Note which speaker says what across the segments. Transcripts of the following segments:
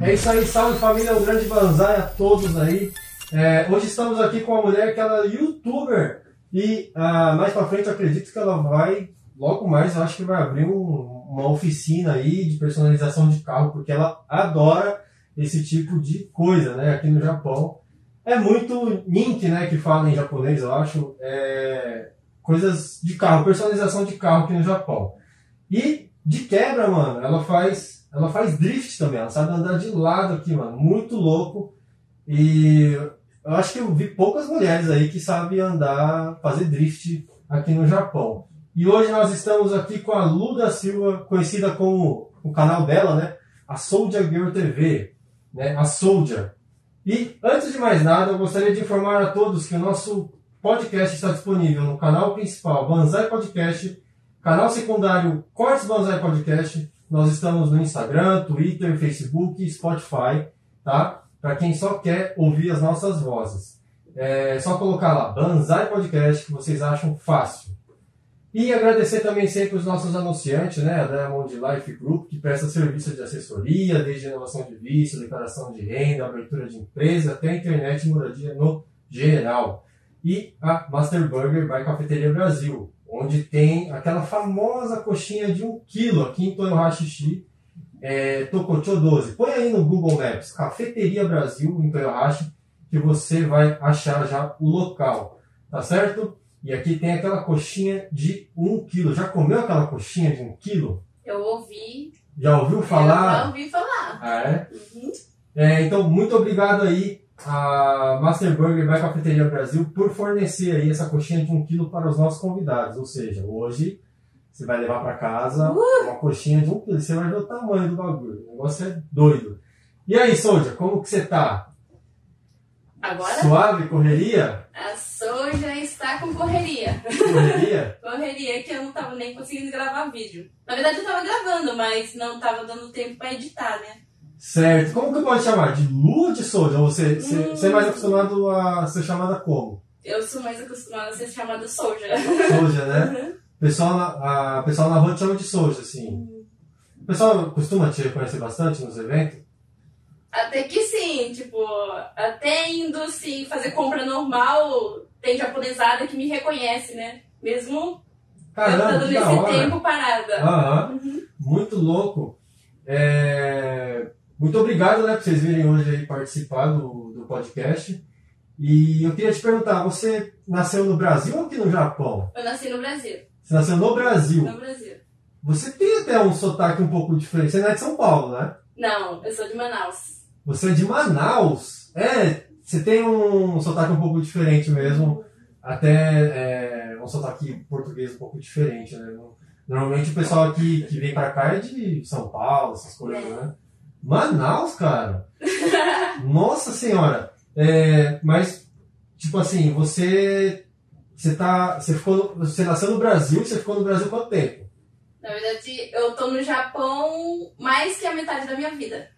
Speaker 1: É isso aí, salve família, um grande banzai a todos aí. É, hoje estamos aqui com uma mulher que ela é youtuber e ah, mais pra frente eu acredito que ela vai, logo mais, eu acho que vai abrir um- uma oficina aí de personalização de carro, porque ela adora esse tipo de coisa, né, aqui no Japão. É muito Nink, né, que fala em japonês, eu acho, é, coisas de carro, personalização de carro aqui no Japão. E de quebra, mano, ela faz, ela faz drift também, ela sabe andar de lado aqui, mano, muito louco. E eu acho que eu vi poucas mulheres aí que sabem andar, fazer drift aqui no Japão. E hoje nós estamos aqui com a Lu da Silva, conhecida como o canal dela, né? A Soldier Girl TV, né? A Soldier. E antes de mais nada, eu gostaria de informar a todos que o nosso podcast está disponível no canal principal Banzai Podcast Canal secundário Cortes Banzai Podcast. Nós estamos no Instagram, Twitter, Facebook, Spotify, tá? Para quem só quer ouvir as nossas vozes. É só colocar lá Banzai Podcast que vocês acham fácil. E agradecer também sempre os nossos anunciantes, né? A Diamond Life Group, que presta serviço de assessoria, desde renovação de visto, declaração de renda, abertura de empresa, até internet e moradia no geral e a Master Burger by Cafeteria Brasil, onde tem aquela famosa coxinha de 1 kg aqui em Toyohashi é, Tococho 12. Põe aí no Google Maps, Cafeteria Brasil em Toyohashi, que você vai achar já o local, tá certo? E aqui tem aquela coxinha de 1 kg. Já comeu aquela coxinha de 1 kg?
Speaker 2: Eu ouvi.
Speaker 1: Já ouviu
Speaker 2: Eu
Speaker 1: falar?
Speaker 2: já ouvi falar.
Speaker 1: Ah, é?
Speaker 2: Uhum.
Speaker 1: É, então, muito obrigado aí a Master Burger vai Cafeteria Brasil por fornecer aí essa coxinha de um quilo para os nossos convidados. Ou seja, hoje você vai levar para casa uma coxinha de um quilo. Você vai ver o tamanho do bagulho. O negócio é doido. E aí, Soldier, como que você tá?
Speaker 2: Agora
Speaker 1: Suave? Correria?
Speaker 2: a soja está com correria.
Speaker 1: Correria?
Speaker 2: Correria que eu não tava nem conseguindo gravar vídeo. Na verdade eu tava gravando, mas não tava dando tempo pra editar, né?
Speaker 1: certo. Como que pode chamar? De Lu ou de Soldier? Ou Você, você,
Speaker 2: Hum.
Speaker 1: você é mais acostumado a ser chamada como?
Speaker 2: Eu sou mais acostumada a ser chamada soja.
Speaker 1: Soldier, né? Pessoal, na- a, pessoal na rua te chama de Soldier, assim. O pessoal costuma te reconhecer bastante nos eventos?
Speaker 2: Até que sim, tipo, até indo se fazer compra normal, tem japonesada que me reconhece, né? Mesmo eu
Speaker 1: Caramba,
Speaker 2: estando
Speaker 1: que da
Speaker 2: nesse
Speaker 1: hora!
Speaker 2: tempo Uhum. parada.
Speaker 1: Aham, Muito louco. É, Muito obrigado né, por vocês virem hoje aí participar do, do podcast. E eu queria te perguntar, você nasceu no Brasil ou aqui no Japão?
Speaker 2: Eu nasci no Brasil.
Speaker 1: Você nasceu no Brasil.
Speaker 2: No Brasil.
Speaker 1: Você tem até um sotaque um pouco diferente. Você não é de São Paulo, né?
Speaker 2: Não, eu sou de Manaus.
Speaker 1: Você é de Manaus. É, você tem um sotaque um pouco diferente mesmo. Até é, um sotaque português um pouco diferente, né? Normalmente o pessoal aqui que vem pra cá é de São Paulo, essas
Speaker 2: É.
Speaker 1: coisas, né? Manaus, cara! Nossa senhora! É, mas, tipo assim, você. Você tá. Você, ficou, você nasceu no Brasil e você ficou no Brasil quanto tempo?
Speaker 2: Na verdade, eu tô no Japão mais que a metade da minha vida.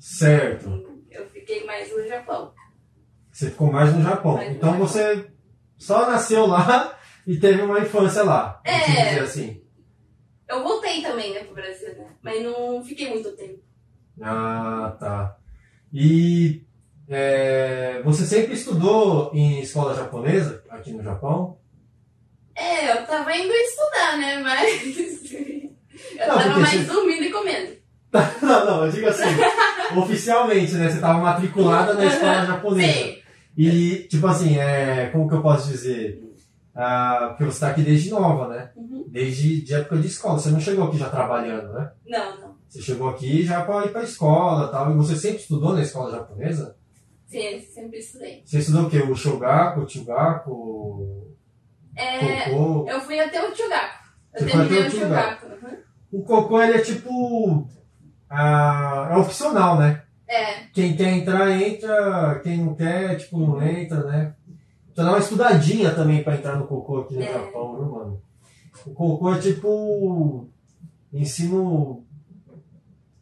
Speaker 1: Certo.
Speaker 2: Eu fiquei mais no Japão.
Speaker 1: Você ficou mais no Japão.
Speaker 2: Mais no
Speaker 1: então
Speaker 2: Japão.
Speaker 1: você só nasceu lá e teve uma infância lá. Vamos
Speaker 2: É.
Speaker 1: dizer assim.
Speaker 2: Eu voltei também, né, pro Brasil, né? Mas não fiquei muito tempo.
Speaker 1: Ah, tá. E é, você sempre estudou em escola japonesa aqui no Japão?
Speaker 2: É, eu tava indo estudar, né? Mas. Eu
Speaker 1: Não,
Speaker 2: tava
Speaker 1: Tá, porque
Speaker 2: mais
Speaker 1: você-
Speaker 2: dormindo e comendo.
Speaker 1: Não, não, eu digo assim. oficialmente, né? Você estava matriculada na escola japonesa.
Speaker 2: Sim,
Speaker 1: E, tipo assim, é, como que eu posso dizer? Ah, porque você está aqui desde nova, né?
Speaker 2: Uhum.
Speaker 1: Desde de época de escola. Você não chegou aqui já trabalhando, né?
Speaker 2: não, não.
Speaker 1: Você chegou aqui já para ir para a escola tal, e você sempre estudou na escola japonesa?
Speaker 2: Sim, sempre estudei.
Speaker 1: Você estudou o quê? O shogaku, o chugaku, o
Speaker 2: É,
Speaker 1: cocô?
Speaker 2: eu fui até o Chugaku. Eu
Speaker 1: Você foi até
Speaker 2: terminei
Speaker 1: o
Speaker 2: o Chugaku. uhum.
Speaker 1: O cocô, ele é tipo... ah, é opcional, né?
Speaker 2: É,
Speaker 1: Quem quer entrar, entra. Quem não quer, tipo, não entra, né? Precisa dar uma estudadinha também para entrar no cocô aqui no
Speaker 2: É.
Speaker 1: Japão, viu, mano? O cocô é tipo... Ensino...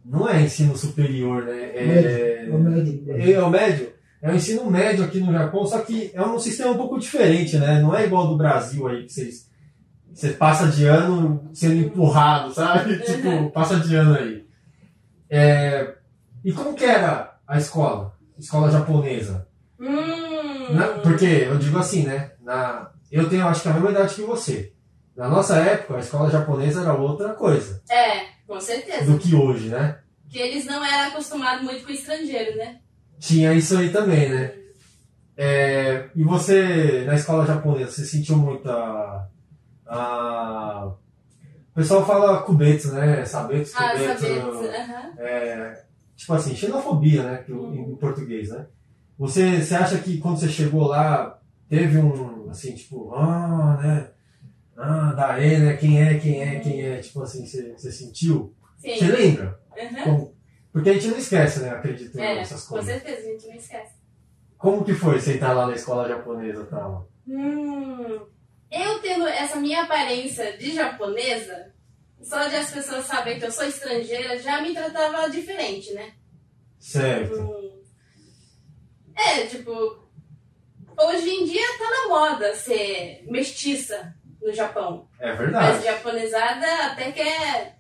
Speaker 1: Não é ensino superior, né? É...
Speaker 3: O médico.
Speaker 1: É o médio. É o ensino médio aqui no Japão, só que é um sistema um pouco diferente, né? Não é igual do Brasil aí, que vocês. Você passa de ano sendo empurrado, sabe? tipo, passa de ano aí. É, E como que era a escola? Escola japonesa?
Speaker 2: Hum.
Speaker 1: Na- porque eu digo assim, né? Na, eu tenho acho que a mesma idade que você. Na nossa época, a escola japonesa era outra coisa
Speaker 2: É, com certeza.
Speaker 1: do que hoje, né?
Speaker 2: Porque eles não eram acostumados muito com estrangeiros, né?
Speaker 1: Tinha isso aí também, né? É, e você, na escola japonesa, você sentiu muita. A... O pessoal fala kubetsu, né? Sabetsu,
Speaker 2: Ah,
Speaker 1: kubetsu.
Speaker 2: sabemos. aham.
Speaker 1: é, tipo assim, xenofobia, né? que o-
Speaker 2: Uhum.
Speaker 1: Em português, né? Você, você acha que quando você chegou lá, teve um, assim, tipo, ah, né? Ah, daí, né? Quem é, quem é, quem é? Tipo assim, você, você sentiu? Você
Speaker 2: Sim.
Speaker 1: lembra?
Speaker 2: Aham.
Speaker 1: Como- porque a gente não esquece, né? Acredito
Speaker 2: É,
Speaker 1: nessas
Speaker 2: com
Speaker 1: coisas.
Speaker 2: certeza, a gente não esquece.
Speaker 1: Como que foi você entrar lá na escola japonesa e tal?
Speaker 2: Hum. Eu tendo essa minha aparência de japonesa, só de as pessoas saberem que eu sou estrangeira, já me tratava diferente, né?
Speaker 1: Certo.
Speaker 2: Hum. É, tipo, hoje em dia tá na moda ser mestiça no Japão.
Speaker 1: É
Speaker 2: Mas
Speaker 1: verdade.
Speaker 2: japonesada até que é,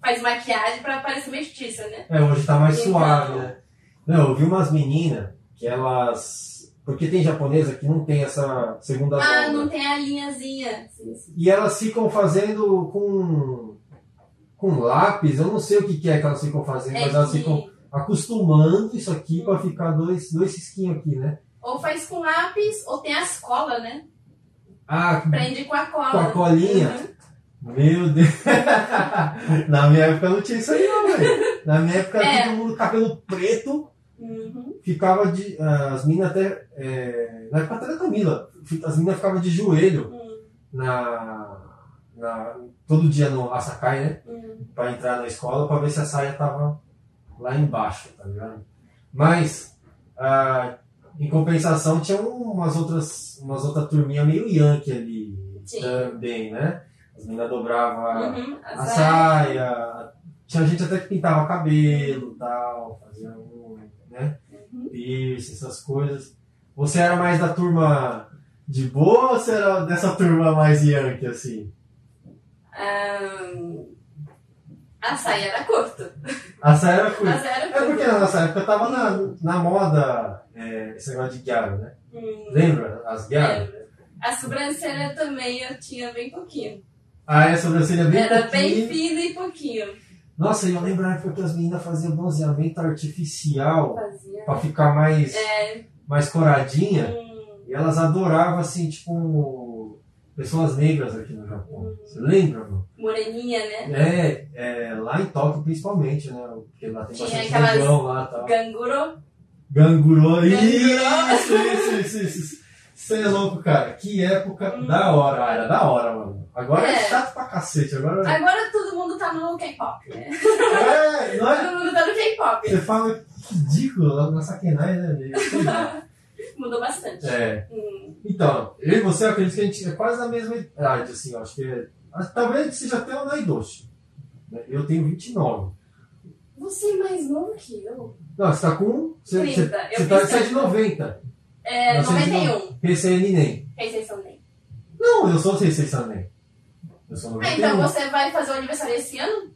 Speaker 2: faz maquiagem pra parecer mestiça, né?
Speaker 1: É, hoje tá mais
Speaker 2: Então-
Speaker 1: suave, né? Não, eu vi umas meninas que elas. Porque tem japonesa que não tem essa segunda
Speaker 2: Ah,
Speaker 1: dobra.
Speaker 2: não tem a linhazinha. assim, Sim, sim.
Speaker 1: E elas ficam fazendo com. com lápis, eu não sei o que, que é que elas ficam fazendo,
Speaker 2: É
Speaker 1: mas elas
Speaker 2: que-
Speaker 1: ficam acostumando isso aqui pra ficar dois, dois cisquinhos aqui, né?
Speaker 2: Ou faz com lápis, ou tem as colas, né?
Speaker 1: Ah, com
Speaker 2: Prende com a cola.
Speaker 1: a colinha.
Speaker 2: Uhum.
Speaker 1: Meu Deus! Na minha época não tinha isso aí, não, velho. Na minha época
Speaker 2: É.
Speaker 1: todo mundo com cabelo preto.
Speaker 2: Uhum.
Speaker 1: ficava de. ah, As meninas até. é, na época até da Camila, fi- as meninas ficavam de joelho
Speaker 2: Hum.
Speaker 1: na, na- todo dia no Asakai, né?
Speaker 2: Hum.
Speaker 1: Pra entrar na escola pra ver se a saia tava lá embaixo, tá ligado? Mas, ah, em compensação, tinha umas outras. umas outras turminhas meio yankee ali
Speaker 2: Sim.
Speaker 1: também, né? As meninas dobravam
Speaker 2: Uhum.
Speaker 1: a
Speaker 2: As-
Speaker 1: saia, tinha gente até que pintava cabelo tal, fazia um, né?
Speaker 2: Uhum.
Speaker 1: piercing, essas coisas. Você era mais da turma de boa ou você era dessa turma mais yankee, assim?
Speaker 2: Ahn, A saia era curta.
Speaker 1: A saia era
Speaker 2: A
Speaker 1: curta.
Speaker 2: saia era
Speaker 1: É porque
Speaker 2: curta.
Speaker 1: na nossa época tava na, na moda é, esse negócio de guiara, né?
Speaker 2: Hum.
Speaker 1: Lembra as guiaras?
Speaker 2: É. A sobrancelha também eu tinha bem pouquinho.
Speaker 1: Ah, é, a sobrancelha bem
Speaker 2: Era
Speaker 1: pouquinho.
Speaker 2: bem fina e pouquinho.
Speaker 1: Nossa, e eu lembro na época que as meninas faziam bronzeamento artificial
Speaker 2: Fazia.
Speaker 1: pra ficar mais,
Speaker 2: É,
Speaker 1: mais coradinha.
Speaker 2: hum,
Speaker 1: E elas adoravam, assim, tipo, pessoas negras aqui no Japão. Você lembra, mano?
Speaker 2: moreninha, né?
Speaker 1: É, é, lá em Tóquio principalmente, né? Porque lá tem
Speaker 2: Tinha
Speaker 1: bastante
Speaker 2: aquelas-
Speaker 1: negão lá e tal.
Speaker 2: Ganguro.
Speaker 1: Gangurô.
Speaker 2: Gangurô.
Speaker 1: Isso, isso, isso, isso. Você é louco, cara. Que época
Speaker 2: Hum.
Speaker 1: da hora. Ah, Era da hora, mano. Agora é,
Speaker 2: É.
Speaker 1: chato pra cacete. Agora
Speaker 2: Agora todo mundo tá no K-pop, né?
Speaker 1: é, não é?
Speaker 2: Todo mundo tá no K-pop.
Speaker 1: Você fala que ridículo lá na sacanagem, né? Meio, sei lá.
Speaker 2: Mudou bastante.
Speaker 1: É.
Speaker 2: Hum,
Speaker 1: Então, eu e você, eu acredito que a gente é quase da mesma idade, assim, eu acho que é. acho- Talvez seja até o Naidoshi. né? Eu tenho 29.
Speaker 2: Você é mais novo que eu?
Speaker 1: Não, você tá com. Você, você,
Speaker 2: 30. eu
Speaker 1: você tá
Speaker 2: fiz
Speaker 1: você é de 90.
Speaker 2: É,
Speaker 1: Você é de
Speaker 2: 91.
Speaker 1: Pensei em nem.
Speaker 2: Receição
Speaker 1: um.
Speaker 2: nem.
Speaker 1: Não, eu sou Receição nem. Eu sou
Speaker 2: Ah,
Speaker 1: 91.
Speaker 2: então você vai fazer o aniversário esse ano?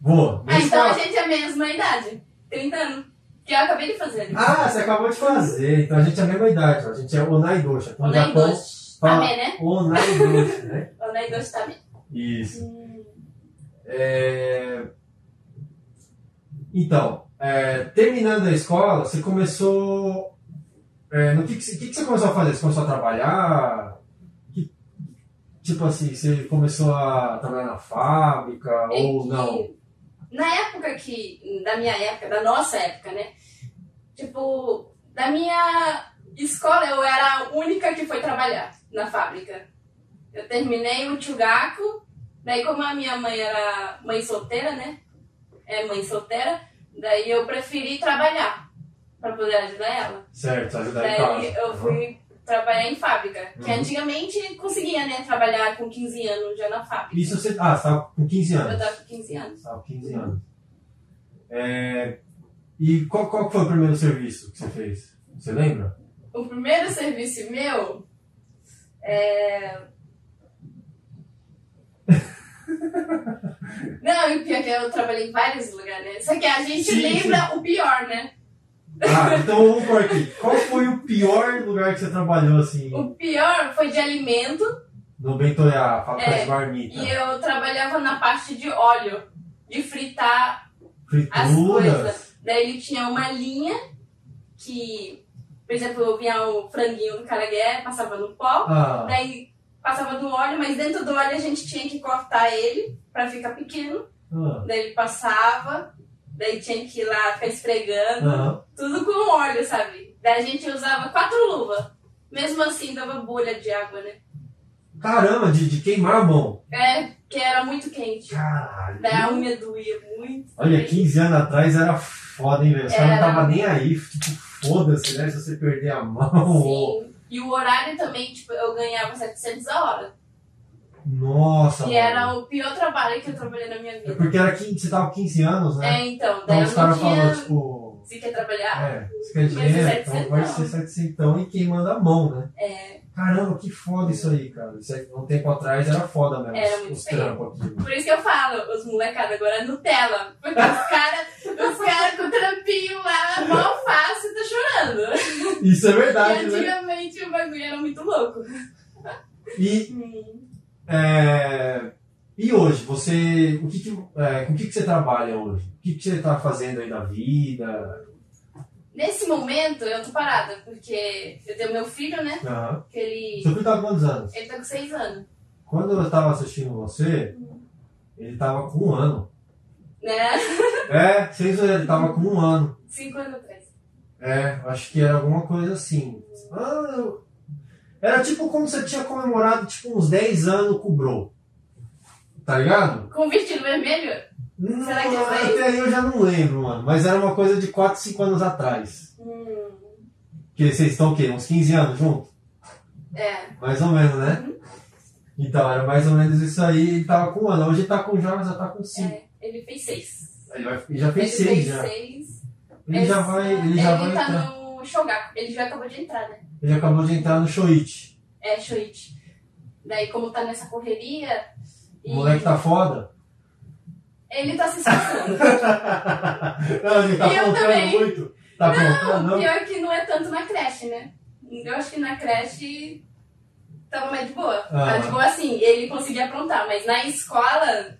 Speaker 1: Vou.
Speaker 2: Ah,
Speaker 1: Deixa
Speaker 2: então
Speaker 1: eu
Speaker 2: a
Speaker 1: falar.
Speaker 2: gente é a mesma idade. 30 anos. Que eu acabei de fazer.
Speaker 1: Ah, você acabou de fazer. Então a gente é a mesma idade. ó. A gente é Onaidoshi. Aqui no
Speaker 2: Onai
Speaker 1: Japão
Speaker 2: Doshi.
Speaker 1: fala
Speaker 2: Também, né?
Speaker 1: Onaidoshi, né?
Speaker 2: Onai Doshi também.
Speaker 1: Isso.
Speaker 2: Hum,
Speaker 1: É, Então, é, terminando a escola, você começou... é, no que, que, você- o que que você começou a fazer? Você começou a trabalhar? Que- Tipo assim, você começou a trabalhar na fábrica
Speaker 2: é
Speaker 1: Ah, ou
Speaker 2: que
Speaker 1: não?
Speaker 2: Na época que. Da minha época, da nossa época, né? Tipo, da minha escola eu era a única que foi trabalhar na fábrica. Eu terminei o Chugaku, daí como a minha mãe era mãe solteira, né? É mãe solteira, daí eu preferi trabalhar pra poder ajudar ela.
Speaker 1: Certo, ajudar Tá em casa.
Speaker 2: Daí eu fui trabalhar em fábrica, que
Speaker 1: Uhum.
Speaker 2: antigamente conseguia, né, trabalhar com 15 anos já na fábrica.
Speaker 1: Isso você. Ah, você tava com 15 anos.
Speaker 2: Eu tava com 15 anos.
Speaker 1: Você tava com 15 anos. É, E qual, qual que foi o primeiro serviço que você fez? Você lembra?
Speaker 2: O primeiro serviço meu é. Não, e pior é que eu trabalhei em vários lugares, né? Só que a gente
Speaker 1: Sim,
Speaker 2: lembra o pior, né?
Speaker 1: Ah, então vamos por aqui. Qual foi o pior lugar que você trabalhou assim?
Speaker 2: O pior foi de alimento
Speaker 1: No Bentoiá, fábrica
Speaker 2: É,
Speaker 1: de marmita.
Speaker 2: e eu trabalhava na parte de óleo, de fritar as
Speaker 1: Frituras.
Speaker 2: coisas. Daí ele tinha uma linha que, por exemplo, eu vinha o franguinho do caragué, passava no pó,
Speaker 1: Ah,
Speaker 2: daí passava no óleo, mas dentro do óleo a gente tinha que cortar ele pra ficar pequeno.
Speaker 1: ah,
Speaker 2: Daí ele passava, daí tinha que ir lá ficar esfregando.
Speaker 1: ah.
Speaker 2: Tudo com óleo, sabe? Daí a gente usava quatro luvas. Mesmo assim, dava bolha de água, né?
Speaker 1: Caramba, de, de queimar a mão.
Speaker 2: É, que era muito quente.
Speaker 1: Caralho.
Speaker 2: Daí a unha doía muito.
Speaker 1: Olha, 15 anos atrás era foda, hein, velho? Os caras não
Speaker 2: Era.
Speaker 1: tava nem aí, tipo, foda-se, né? Se você perder a mão. ou-
Speaker 2: Sim. E o horário também, tipo, eu ganhava 700 a hora.
Speaker 1: Nossa,
Speaker 2: E
Speaker 1: mano.
Speaker 2: era o pior trabalho que eu trabalhei na minha
Speaker 1: É
Speaker 2: vida.
Speaker 1: porque era 15, você tava com 15 anos, né?
Speaker 2: É, então.
Speaker 1: então
Speaker 2: Daí
Speaker 1: os
Speaker 2: eu não
Speaker 1: caras falaram,
Speaker 2: tinha...
Speaker 1: tipo,
Speaker 2: Se quer trabalhar?
Speaker 1: é, você quer
Speaker 2: vai ser
Speaker 1: dinheiro? Então vai ser 700 então, e quem manda a mão, né?
Speaker 2: É.
Speaker 1: Caramba, que foda isso aí, cara. Isso aí, um tempo atrás era foda mesmo,
Speaker 2: Era
Speaker 1: os-
Speaker 2: muito
Speaker 1: os
Speaker 2: feio.
Speaker 1: trampos aqui. né?
Speaker 2: Por isso que eu falo, os molecados agora é Nutella. Porque os caras os cara com o trampinho lá, mal fácil, tá chorando.
Speaker 1: Isso é
Speaker 2: e
Speaker 1: verdade, né?
Speaker 2: antigamente o bagulho era muito louco.
Speaker 1: E É, E hoje, você. O que que, é, com o que, que você trabalha hoje? O que, que você está fazendo aí na vida?
Speaker 2: Nesse momento eu tô parada, porque eu tenho meu filho, né?
Speaker 1: Aham.
Speaker 2: Que ele.
Speaker 1: Seu filho tá com quantos anos?
Speaker 2: Ele tá com seis anos.
Speaker 1: Quando eu estava assistindo você, ele estava com um ano.
Speaker 2: Né?
Speaker 1: É, sem zoeira, ele estava com um ano.
Speaker 2: Cinco anos atrás.
Speaker 1: É, acho que era alguma coisa assim. Ah, eu- Era tipo como você tinha comemorado tipo, uns 10 anos com o Bro. Tá ligado?
Speaker 2: Com o vestido vermelho?
Speaker 1: Não,
Speaker 2: Será que é isso aí?
Speaker 1: até aí eu já não lembro, mano. Mas era uma coisa de 4, 5 anos atrás.
Speaker 2: Hum.
Speaker 1: Que vocês estão o quê? Uns 15 anos junto?
Speaker 2: É.
Speaker 1: Mais ou menos, né? Então, era mais ou menos isso aí. Ele tava com um ano. Hoje ele tá com já, já tá com 5.
Speaker 2: é. Ele fez seis.
Speaker 1: Ele, vai- ele já fez
Speaker 2: É. ele
Speaker 1: 6
Speaker 2: fez
Speaker 1: já.
Speaker 2: seis.
Speaker 1: Ele já vai, ele já vai
Speaker 2: tá
Speaker 1: entrar.
Speaker 2: no Shogaku. Ele já acabou de entrar, né?
Speaker 1: Ele acabou de entrar no Shoit.
Speaker 2: É, Shoichi. Daí, como tá nessa correria.
Speaker 1: O moleque tá foda.
Speaker 2: Ele tá se esforçando.
Speaker 1: não, ele tá
Speaker 2: Eu
Speaker 1: aprontando
Speaker 2: também.
Speaker 1: muito. Tá aprontando,
Speaker 2: Não,
Speaker 1: não?
Speaker 2: pior que não é tanto na creche, né? Eu acho que na creche tava mais de boa.
Speaker 1: Ah.
Speaker 2: Tava de boa assim, ele conseguia aprontar, mas na escola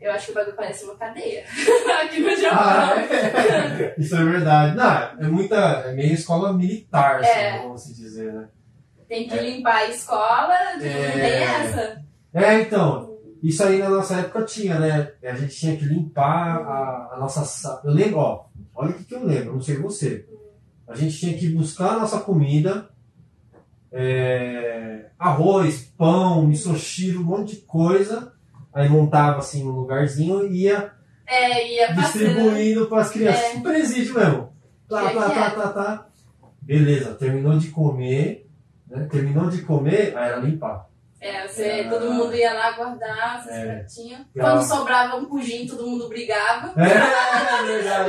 Speaker 2: eu acho que o bagulho parece uma cadeia. Aqui no
Speaker 1: Ah,
Speaker 2: Japão.
Speaker 1: é. Isso é verdade. Não, é muita. É meio escola militar, assim,
Speaker 2: É.
Speaker 1: vamos se dizer, né?
Speaker 2: Tem que
Speaker 1: É.
Speaker 2: limpar a escola, de
Speaker 1: É.
Speaker 2: não tem essa.
Speaker 1: É, então, isso aí na nossa época tinha, né? A gente tinha que limpar a, a nossa sala. Eu lembro, ó, olha o que, que eu lembro, não sei você. A gente tinha que buscar a nossa comida, é, arroz, pão, misoshiro, um monte de coisa. Aí montava assim um lugarzinho e ia
Speaker 2: É, e a passando.
Speaker 1: distribuindo para as crianças.
Speaker 2: É.
Speaker 1: Um presídio mesmo. Tá,
Speaker 2: Que
Speaker 1: tá,
Speaker 2: que
Speaker 1: tá,
Speaker 2: é?
Speaker 1: tá, tá. Beleza, terminou de comer, né? Terminou de comer, aí era limpar.
Speaker 2: É, você,
Speaker 1: Ah.
Speaker 2: todo mundo ia lá guardar seus
Speaker 1: É.
Speaker 2: pratinhos.
Speaker 1: Ah.
Speaker 2: Quando sobrava um pudim, todo mundo brigava.
Speaker 1: É, verdade, verdade,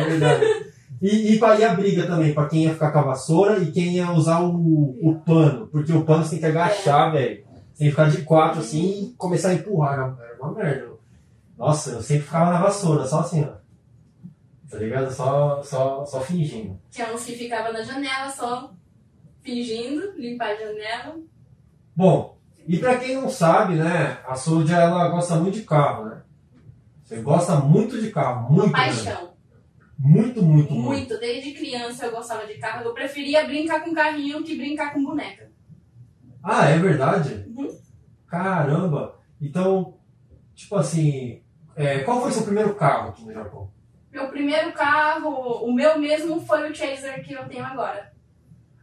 Speaker 1: é verdade. E, e pra aí a briga também, pra quem ia ficar com a vassoura e quem ia usar o, o pano. Porque o pano você tem que agachar,
Speaker 2: É.
Speaker 1: velho. Você tem que ficar de quatro assim e começar a empurrar. Era uma merda. Nossa, eu sempre ficava na vassoura, só assim, ó. Tá ligado? Só, só, só fingindo.
Speaker 2: Tinha uns que ficavam na janela só fingindo limpar a janela.
Speaker 1: Bom, e pra quem não sabe, né? A Soldia, ela gosta muito de carro, né? Você gosta muito de carro, muito. mesmo.
Speaker 2: Paixão.
Speaker 1: Muito, muito, muito.
Speaker 2: Muito, desde criança eu gostava de carro. Eu preferia brincar com carrinho que brincar com boneca.
Speaker 1: Ah, é verdade?
Speaker 2: Uhum.
Speaker 1: Caramba! Então, tipo assim, é, qual foi seu primeiro carro aqui no Japão?
Speaker 2: Meu primeiro carro, o meu mesmo, foi o Chaser que eu tenho agora.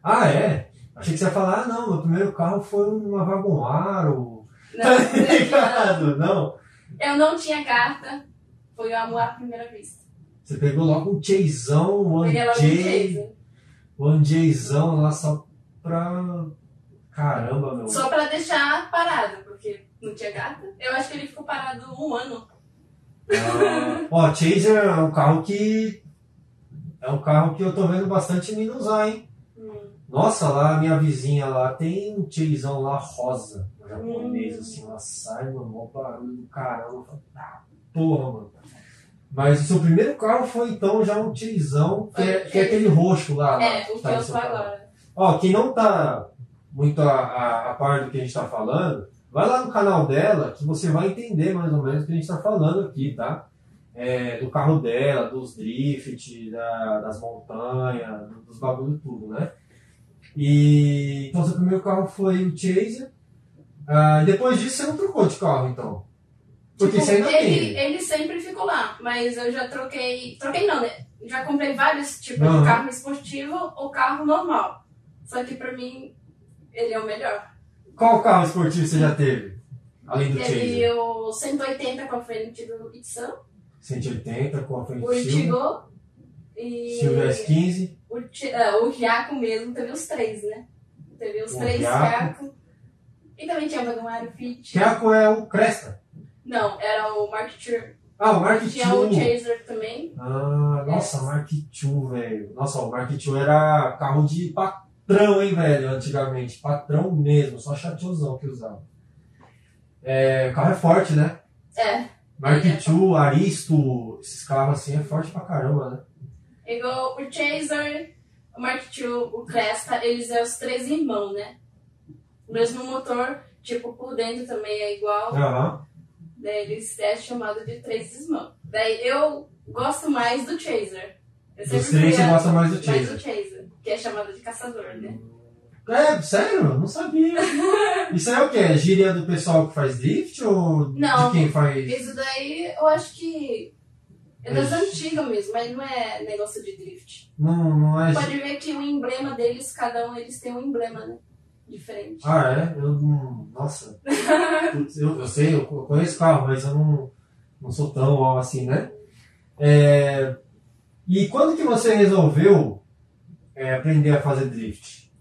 Speaker 1: Ah, é? Achei que você ia falar, ah, não, meu primeiro carro foi uma Vagon Aro.
Speaker 2: Não,
Speaker 1: Tá ligado? Não.
Speaker 2: eu não tinha carta, foi o amor à primeira vista.
Speaker 1: Você pegou logo um Chazão, um
Speaker 2: Peguei logo o
Speaker 1: Anjay,
Speaker 2: Chaser.
Speaker 1: um Anjayzão lá só pra... Caramba, meu.
Speaker 2: Só pra deixar parado, porque não tinha carta. Eu acho que ele ficou parado um ano.
Speaker 1: Ah, Ó, Chaser é um carro que... É um carro que eu tô vendo bastante menino usar, hein?
Speaker 2: Hum.
Speaker 1: Nossa, lá a minha vizinha lá tem um tirizão lá rosa, um
Speaker 2: Hum.
Speaker 1: japonês, assim, lá sai, mano, mó barulho do caramba. Eu falei, "Ah, porra, mano. Mas o seu primeiro carro foi então já um tirizão, que é, que é aquele roxo lá. lá,
Speaker 2: É,
Speaker 1: que
Speaker 2: o que
Speaker 1: tá no
Speaker 2: eu
Speaker 1: seu
Speaker 2: sou
Speaker 1: carro.
Speaker 2: agora.
Speaker 1: Ó, quem não tá muito a, a, a par do que a gente tá falando, vai lá no canal dela que você vai entender mais ou menos o que a gente tá falando aqui, tá? É, do carro dela, dos drift, da- das montanhas, dos bagulho tudo, né? E então seu primeiro carro foi o Chaser. Ah, e depois disso você não trocou de carro, então. Porque
Speaker 2: Tipo,
Speaker 1: você ainda
Speaker 2: ele,
Speaker 1: tem.
Speaker 2: ele sempre ficou lá, mas eu já troquei. Troquei não, né? Já comprei vários tipos
Speaker 1: Aham.
Speaker 2: de carro esportivo ou carro normal. Só que pra mim, ele é o melhor.
Speaker 1: Qual carro esportivo você já teve? Além do
Speaker 2: Teve
Speaker 1: Chaser?
Speaker 2: o 180 com a frente do Itsan,
Speaker 1: 180 com a frente
Speaker 2: o
Speaker 1: Silvia,
Speaker 2: Ichigo e
Speaker 1: Silvia S15.
Speaker 2: o, Ti- ah, o Riaco mesmo, teve os três, né? Teve os
Speaker 1: O
Speaker 2: três
Speaker 1: Riaco.
Speaker 2: Riaco. E também tinha o Vanuário Fit.
Speaker 1: Tiago é o Cresta.
Speaker 2: Não, era o Mark Chur.
Speaker 1: Ah, o Mark
Speaker 2: Tinha um o
Speaker 1: II.
Speaker 2: Chaser também.
Speaker 1: Ah, nossa, Mark II, velho. Nossa, o Mark II era carro de patrão, hein, velho, antigamente. Patrão mesmo, só chatiozão que usava. É, o carro é forte, né?
Speaker 2: É,
Speaker 1: Mark
Speaker 2: Ele é
Speaker 1: II, Aristo, esses carros assim é forte pra caramba, né?
Speaker 2: igual o Chaser, o Mark II, o Cresta, eles é os três irmãos, né? O mesmo motor, tipo, por dentro também é igual.
Speaker 1: Aham.
Speaker 2: Daí eles é chamado de três irmãos. Daí eu gosto mais do Chaser. Eu
Speaker 1: Dos
Speaker 2: sempre
Speaker 1: três
Speaker 2: fui
Speaker 1: você
Speaker 2: a-
Speaker 1: gosta mais do
Speaker 2: mais
Speaker 1: Chaser.
Speaker 2: do Chaser, que é chamado de caçador, né?
Speaker 1: É, sério? Não sabia. Isso aí é o quê? É gíria do pessoal que faz drift ou
Speaker 2: Não.
Speaker 1: de quem faz...
Speaker 2: Isso daí eu acho que é das
Speaker 1: Mas-
Speaker 2: antigas mesmo, mas não é negócio de drift.
Speaker 1: Não, não é...
Speaker 2: Pode ver que o emblema deles, cada um eles tem um emblema, né? Diferente.
Speaker 1: Ah, é? Eu não. Nossa. Putz, eu, eu sei, eu co- conheço carro, mas eu não, não sou tão ó, assim, né? É, e quando que você resolveu é, aprender a fazer drift?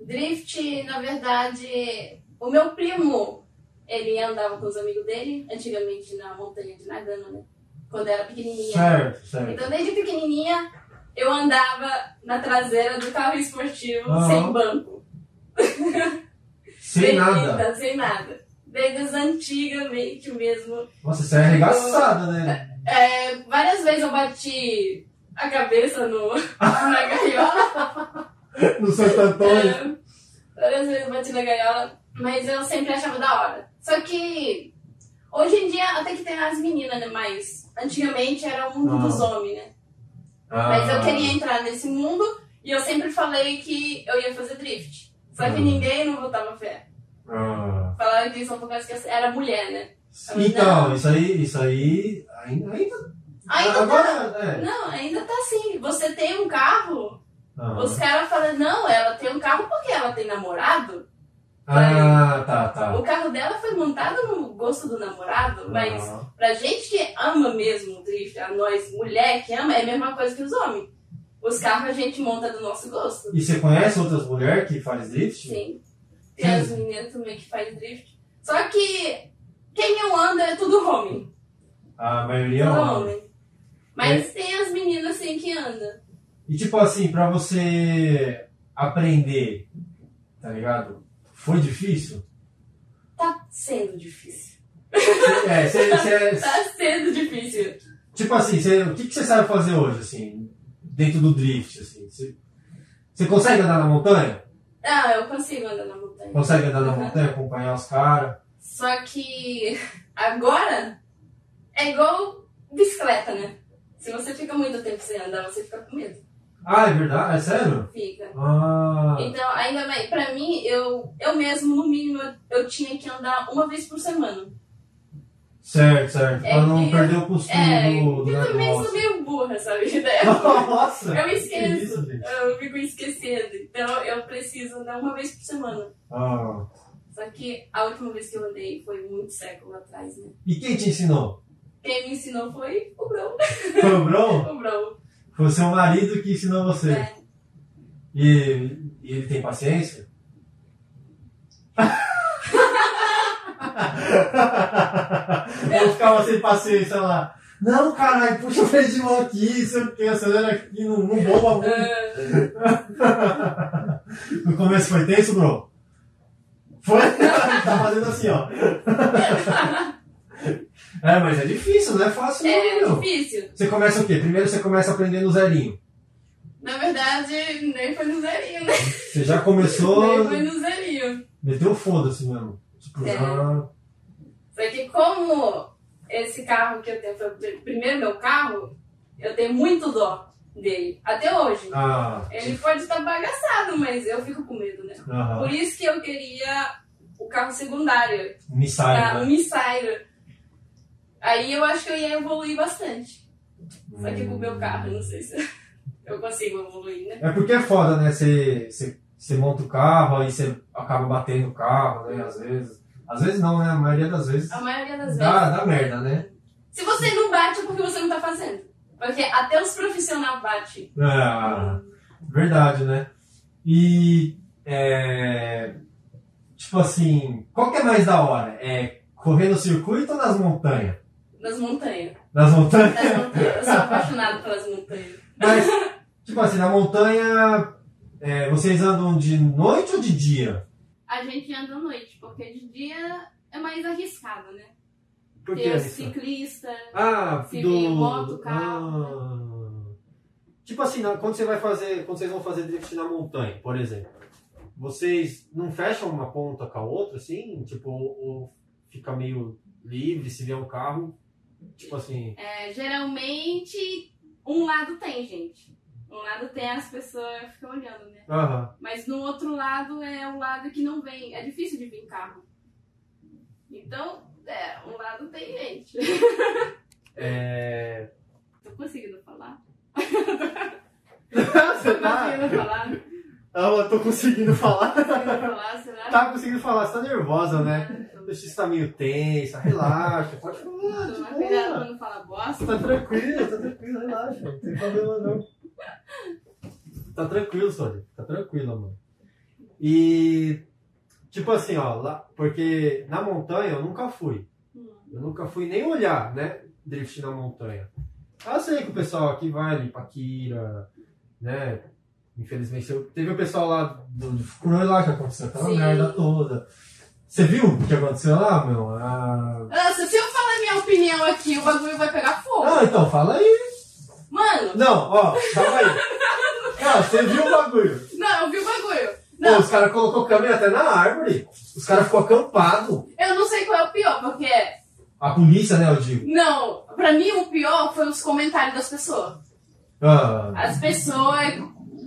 Speaker 2: Drift, na verdade, o meu primo, ele andava com os amigos dele, antigamente na montanha de Nagano, né? Quando eu era pequenininha.
Speaker 1: Certo, certo.
Speaker 2: Então, desde pequenininha, eu andava na traseira do carro esportivo,
Speaker 1: Aham.
Speaker 2: sem banco.
Speaker 1: Sem nada.
Speaker 2: fita, Sem nada. Desde as antigas, meio que mesmo,
Speaker 1: Nossa, você é arregaçada, né?
Speaker 2: É, várias vezes eu bati a cabeça no, na gaiola.
Speaker 1: No Santo Antônio.
Speaker 2: É, várias vezes eu bati na gaiola, mas eu sempre achava da hora. Só que hoje em dia até que tem as meninas, né? Mas antigamente era o mundo
Speaker 1: Ah.
Speaker 2: dos homens, né?
Speaker 1: Ah,
Speaker 2: Mas eu queria entrar nesse mundo e eu sempre falei que eu ia fazer drift. Só que
Speaker 1: Ah.
Speaker 2: ninguém não botava fé.
Speaker 1: ah.
Speaker 2: Falaram que só por causa que eu era mulher, né?
Speaker 1: Então, isso aí, isso aí. Ainda. ainda
Speaker 2: Ainda tá.
Speaker 1: agora, é.
Speaker 2: Não, ainda tá assim. Você tem um carro,
Speaker 1: Ah.
Speaker 2: Os caras falam, não, ela tem um carro porque ela tem namorado.
Speaker 1: ah, tá, tá.
Speaker 2: O carro dela foi montado no gosto do namorado, mas
Speaker 1: Ah.
Speaker 2: pra gente que ama mesmo o drift, a nós, mulher que ama, é a mesma coisa que os homens. Os carros a gente monta do nosso gosto.
Speaker 1: E você conhece outras mulheres que fazem drift?
Speaker 2: Sim. Tem as meninas também que fazem drift. Só que quem eu ando é tudo homem.
Speaker 1: A maioria é
Speaker 2: Tudo
Speaker 1: homem.
Speaker 2: homem. Mas tem as meninas assim que andam.
Speaker 1: E tipo assim, pra você aprender, tá ligado? Foi difícil?
Speaker 2: Tá sendo difícil.
Speaker 1: É, cê, cê-
Speaker 2: Tá sendo difícil.
Speaker 1: tipo assim, cê- o que que você sabe fazer hoje, assim, dentro do drift, assim? Você consegue andar na montanha?
Speaker 2: Ah, eu consigo andar na montanha.
Speaker 1: Consegue andar na
Speaker 2: Uhum.
Speaker 1: montanha, acompanhar os caras?
Speaker 2: Só que agora é igual bicicleta, né? Se você fica muito tempo sem andar, você fica com medo.
Speaker 1: Ah, é verdade? É sério?
Speaker 2: Fica.
Speaker 1: Ah,
Speaker 2: Então, ainda mais, pra mim, eu, eu mesmo, no mínimo, eu, eu tinha que andar uma vez por semana.
Speaker 1: certo, certo.
Speaker 2: É
Speaker 1: pra não
Speaker 2: que-
Speaker 1: perder o costume
Speaker 2: É,
Speaker 1: do,
Speaker 2: eu
Speaker 1: do
Speaker 2: também sou
Speaker 1: Hum, negócio.
Speaker 2: meio burra, sabe? Eu,
Speaker 1: Nossa!
Speaker 2: eu
Speaker 1: que
Speaker 2: esqueço.
Speaker 1: isso, gente?
Speaker 2: eu fico esquecendo. Então, eu preciso andar uma vez por semana.
Speaker 1: Ah.
Speaker 2: Só que a última vez que eu andei foi muito século atrás, né?
Speaker 1: E quem te ensinou?
Speaker 2: Quem me ensinou foi o Brão.
Speaker 1: Foi o Brão?
Speaker 2: O Brão.
Speaker 1: Foi o seu é um marido que ensinou você.
Speaker 2: né?
Speaker 1: E, e ele tem paciência? Vou ficar sem paciência lá. Não, caralho, puxa o freio de mão aqui, sei o que, acelera aqui, não, não bomba muito.
Speaker 2: Ah,
Speaker 1: No começo foi tenso, bro? Foi? tá fazendo assim, ó. É, mas é difícil, não é fácil
Speaker 2: é
Speaker 1: não, meu.
Speaker 2: difícil.
Speaker 1: Você começa o quê? Primeiro você começa aprendendo zerinho.
Speaker 2: Na verdade, nem foi no zerinho, né?
Speaker 1: Você já começou,
Speaker 2: Nem foi no zerinho.
Speaker 1: meteu foda-se mesmo. Tipo,
Speaker 2: É.
Speaker 1: ah,
Speaker 2: Só que como esse carro que eu tenho foi o pri- primeiro meu carro, eu tenho muito dó dele. Até hoje.
Speaker 1: ah,
Speaker 2: Ele pode estar bagaçado, mas eu fico com medo, né?
Speaker 1: aham,
Speaker 2: Por isso que eu queria o carro secundário,
Speaker 1: me
Speaker 2: tá?
Speaker 1: sai,
Speaker 2: o
Speaker 1: né?
Speaker 2: Missairo. Aí eu acho que eu ia evoluir bastante. Só que com o um tipo meu carro, não sei se eu consigo evoluir, né?
Speaker 1: É porque é foda, né? Você, você, você monta o carro, aí você acaba batendo o carro, né? Às vezes. Às vezes não, né? A maioria das vezes
Speaker 2: A maioria das
Speaker 1: dá,
Speaker 2: vezes.
Speaker 1: dá merda, né?
Speaker 2: Se você não bate, é porque você não tá fazendo. Porque até os profissionais batem.
Speaker 1: Ah, verdade, né? E. É, tipo assim, qual que é mais da hora? É correr no circuito ou nas montanhas?
Speaker 2: Nas montanhas.
Speaker 1: Nas montanhas?
Speaker 2: Nas montanhas. Eu sou apaixonada pelas montanhas.
Speaker 1: Mas, tipo assim, na montanha. é, vocês andam de noite ou de dia?
Speaker 2: A gente anda à noite, porque de dia é mais arriscado, né?
Speaker 1: Por
Speaker 2: Tem os ciclistas.
Speaker 1: Ah,
Speaker 2: Se
Speaker 1: do...
Speaker 2: vem moto, carro.
Speaker 1: Ah. Tipo assim, na- quando você vai fazer, quando vocês vão fazer drift na montanha, por exemplo, vocês não fecham uma ponta com a outra, assim, tipo, ou, ou fica meio livre, se vier um carro, tipo assim,
Speaker 2: É, geralmente, um lado tem, gente. Um lado tem as pessoas ficam olhando, né?
Speaker 1: aham,
Speaker 2: Mas no outro lado é o lado que não vem. É difícil de vir carro. Então, é, um lado tem gente.
Speaker 1: é...
Speaker 2: Tô conseguindo falar?
Speaker 1: você tá?
Speaker 2: Tô conseguindo falar? Tô
Speaker 1: Ah, eu tô conseguindo falar.
Speaker 2: conseguindo falar, será?
Speaker 1: Tá conseguindo falar, você tá nervosa, né?
Speaker 2: Tô-
Speaker 1: Deixa isso tá meio tensa, relaxa, pode falar, de
Speaker 2: Tomar
Speaker 1: boa.
Speaker 2: cuidado pra não é falar bosta.
Speaker 1: Tá tranquilo, tá tranquilo, relaxa, não tem problema não. Tá tranquilo, Sônia, tá tranquilo, mano. E, tipo assim, ó, lá, porque na montanha eu nunca fui.
Speaker 2: Hum.
Speaker 1: Eu nunca fui nem olhar, né, drift na montanha. Eu sei que o pessoal aqui vai ali, Paquira, né, infelizmente. eu- teve o pessoal lá do, do Fukuroi lá que aconteceu aquela
Speaker 2: Sim.
Speaker 1: merda toda. Você viu o que aconteceu lá, meu? Ah,
Speaker 2: Nossa, se eu falar minha opinião aqui, o bagulho vai pegar fogo.
Speaker 1: Não, então fala aí.
Speaker 2: Mano,
Speaker 1: Não, ó, calma aí. Cara, você viu o bagulho?
Speaker 2: não, eu vi o bagulho.
Speaker 1: Pô,
Speaker 2: Não,
Speaker 1: os caras colocou câmera até na árvore. Os caras ficou acampado.
Speaker 2: eu não sei qual é o pior, porque
Speaker 1: A polícia, né, eu digo.
Speaker 2: Não, pra mim o pior foi os comentários das pessoas.
Speaker 1: Ah,
Speaker 2: As pessoas,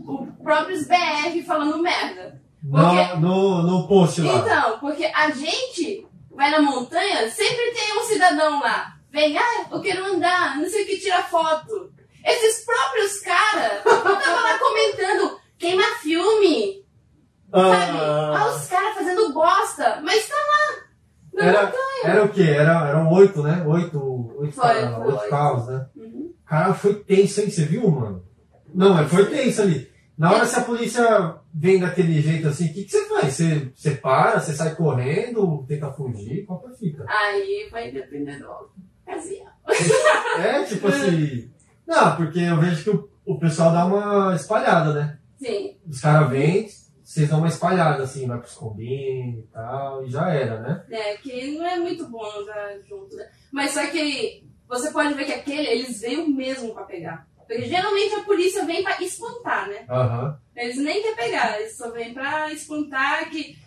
Speaker 2: os próprios BR falando merda.
Speaker 1: no, no, no post lá.
Speaker 2: Então, porque a gente vai na montanha, sempre tem um cidadão lá. Vem, ah, eu quero andar, não sei o que, tira foto. Esses próprios caras estavam lá comentando, queima filme, sabe? Ah,
Speaker 1: Ah,
Speaker 2: os caras fazendo bosta, mas tá lá. tá- Na
Speaker 1: era,
Speaker 2: montanha.
Speaker 1: era o quê? Era, eram oito, né? Oito, oito,
Speaker 2: Foi,
Speaker 1: caras,
Speaker 2: foi
Speaker 1: oito
Speaker 2: oito.
Speaker 1: carros, né?
Speaker 2: Uhum.
Speaker 1: Cara, foi tenso, hein? Você viu, mano? Não, mas foi tenso ali. Na hora se a polícia vem daquele jeito assim, o que, que você faz? Você, você para, você sai correndo, tenta fugir, qual que é fica?
Speaker 2: Aí vai depender do ocasião.
Speaker 1: É, tipo assim. Não, porque eu vejo que o, o pessoal dá uma espalhada, né?
Speaker 2: Sim,
Speaker 1: Os caras vêm, vocês dão uma espalhada, assim, vai pros combinhos e tal, e já era, né?
Speaker 2: né? Que não é muito bom andar junto, né? Mas só que você pode ver que aquele, eles veio mesmo pra pegar. Porque geralmente a polícia vem pra espantar, né?
Speaker 1: Aham.
Speaker 2: Eles nem querem pegar, eles só vêm pra espantar que.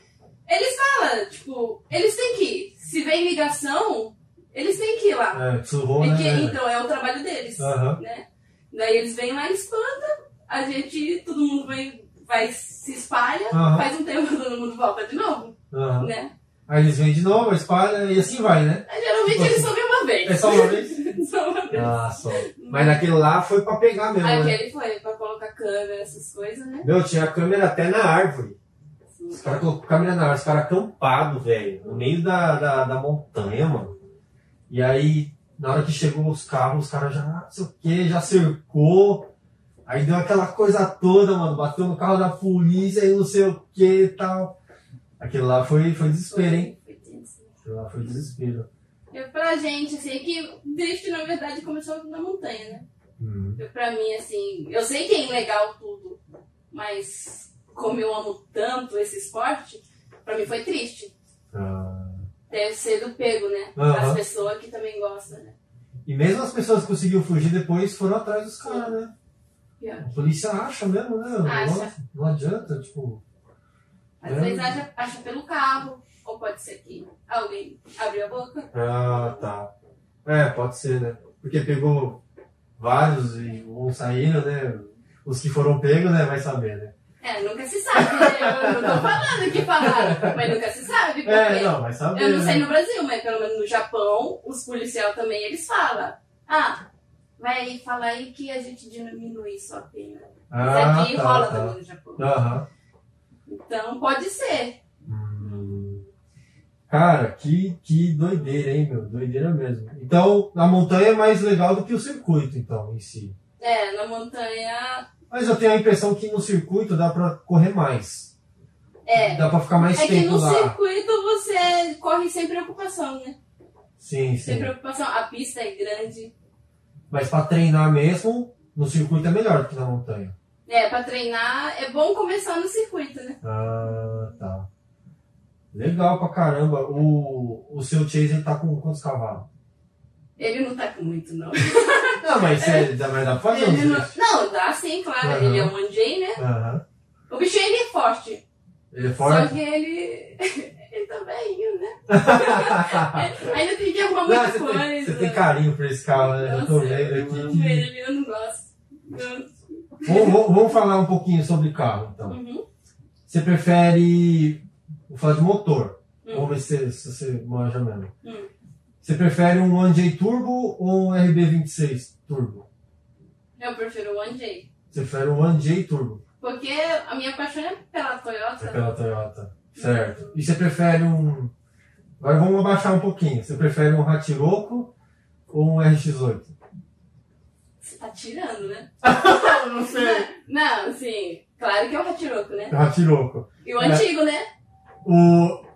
Speaker 2: Eles falam, tipo, eles têm que ir. Se vem ligação, eles têm que ir lá.
Speaker 1: É, surrou,
Speaker 2: É
Speaker 1: né?
Speaker 2: que,
Speaker 1: velho?
Speaker 2: então é o trabalho deles,
Speaker 1: Aham.
Speaker 2: né? Daí eles vêm lá e espanta, a gente, todo mundo vai, vai se espalha,
Speaker 1: Aham.
Speaker 2: faz um tempo todo mundo volta de novo,
Speaker 1: Aham.
Speaker 2: né?
Speaker 1: Aí eles vêm de novo, espalha, e assim vai, né?
Speaker 2: Mas, geralmente eles só vêm uma vez.
Speaker 1: É só uma vez?
Speaker 2: Só uma vez.
Speaker 1: Ah, só. Mas naquele lá foi pra pegar mesmo, né?
Speaker 2: Aquele foi pra colocar câmera, essas coisas, né?
Speaker 1: Meu, tinha câmera até na árvore.
Speaker 2: Assim.
Speaker 1: Os caras colocaram câmera na árvore, os caras acampados, velho, no meio da, da, da montanha, mano. E aí, na hora que chegou os carros, os caras já, não sei o que, já cercou. Aí deu aquela coisa toda, mano, bateu no carro da polícia e não sei o que e tal. Aquilo lá foi, foi desespero, hein?
Speaker 2: Foi tenso.
Speaker 1: Aquilo lá foi desespero.
Speaker 2: Eu, pra gente, assim, é que drift na verdade começou na montanha, né?
Speaker 1: Hum.
Speaker 2: Eu, pra mim, assim, eu sei que é legal tudo, mas como eu amo tanto esse esporte, pra mim foi triste.
Speaker 1: Ah.
Speaker 2: Deve ser do pego, né?
Speaker 1: Aham.
Speaker 2: As pessoas que também gostam, né?
Speaker 1: E mesmo as pessoas que conseguiam fugir depois foram atrás dos caras, né?
Speaker 2: Pior.
Speaker 1: A polícia acha mesmo, né?
Speaker 2: Acha.
Speaker 1: Não, não adianta, tipo.
Speaker 2: Às
Speaker 1: É.
Speaker 2: vezes acha, acha pelo carro, ou pode ser que alguém abriu a boca.
Speaker 1: Ah, tá. É, pode ser, né? Porque pegou vários e uns saíram, né? Os que foram pegos, né? Vai saber, né?
Speaker 2: É, nunca se sabe, né? Eu não tô falando que falaram, mas nunca se sabe. Porque
Speaker 1: É, não, vai saber.
Speaker 2: Eu não sei
Speaker 1: né?
Speaker 2: no Brasil, mas pelo menos no Japão, os policiais também, eles falam. Ah, vai falar aí que a gente diminui sua pena. Isso é
Speaker 1: tá,
Speaker 2: aqui rola também no Japão.
Speaker 1: Ah, Aham.
Speaker 2: Então, pode ser.
Speaker 1: Hum. Cara, que, que doideira, hein, meu? Doideira mesmo. Então, a montanha é mais legal do que o circuito, então, em si.
Speaker 2: É, na montanha...
Speaker 1: Mas eu tenho a impressão que no circuito dá pra correr mais.
Speaker 2: É.
Speaker 1: Dá pra ficar mais
Speaker 2: É que
Speaker 1: tempo
Speaker 2: no
Speaker 1: lá.
Speaker 2: circuito você corre sem preocupação, né?
Speaker 1: Sim,
Speaker 2: Sem
Speaker 1: sim.
Speaker 2: preocupação. A pista é grande.
Speaker 1: Mas pra treinar mesmo, no circuito é melhor do que na montanha.
Speaker 2: É, pra treinar é bom começar no circuito, né?
Speaker 1: Ah, tá. Legal pra caramba. O, o seu Chaser tá com quantos cavalos?
Speaker 2: Ele não tá com muito, não.
Speaker 1: Não, mas você dá, mas dá pra fazer uns
Speaker 2: Ele não...
Speaker 1: drift.
Speaker 2: não, dá sim, claro.
Speaker 1: Aham.
Speaker 2: Ele é um Anjay, né?
Speaker 1: Aham.
Speaker 2: O bicho ele é forte.
Speaker 1: Ele é forte?
Speaker 2: Só que ele. ele tá velhinho, né? Ainda tem que arrumar
Speaker 1: Não,
Speaker 2: muita
Speaker 1: você,
Speaker 2: coisa.
Speaker 1: tem, você tem carinho por esse carro, né? Eu tô
Speaker 2: Nossa,
Speaker 1: vendo
Speaker 2: eu amo
Speaker 1: aqui.
Speaker 2: ele, eu não gosto. Não.
Speaker 1: que- Vamos, vamos- vamos falar um pouquinho sobre carro, então.
Speaker 2: Uhum.
Speaker 1: Você prefere. Vou falar de motor.
Speaker 2: Hum.
Speaker 1: Vamos ver se, se você manja mesmo.
Speaker 2: Hum.
Speaker 1: Você prefere um 1J Turbo ou um RB26 Turbo?
Speaker 2: Eu prefiro o Anjay.
Speaker 1: Você prefere um 1J Turbo
Speaker 2: Porque a minha paixão é pela Toyota.
Speaker 1: é pela Toyota. Certo. E você prefere um. Agora vamos abaixar um pouquinho. Você prefere um Ratiroco ou um RX8?
Speaker 2: Você tá tirando, né?
Speaker 1: Não
Speaker 2: Não, assim, claro que é o Hatiroco, né?
Speaker 1: Ratiroco.
Speaker 2: E o
Speaker 1: É.
Speaker 2: antigo, né?
Speaker 1: Um O.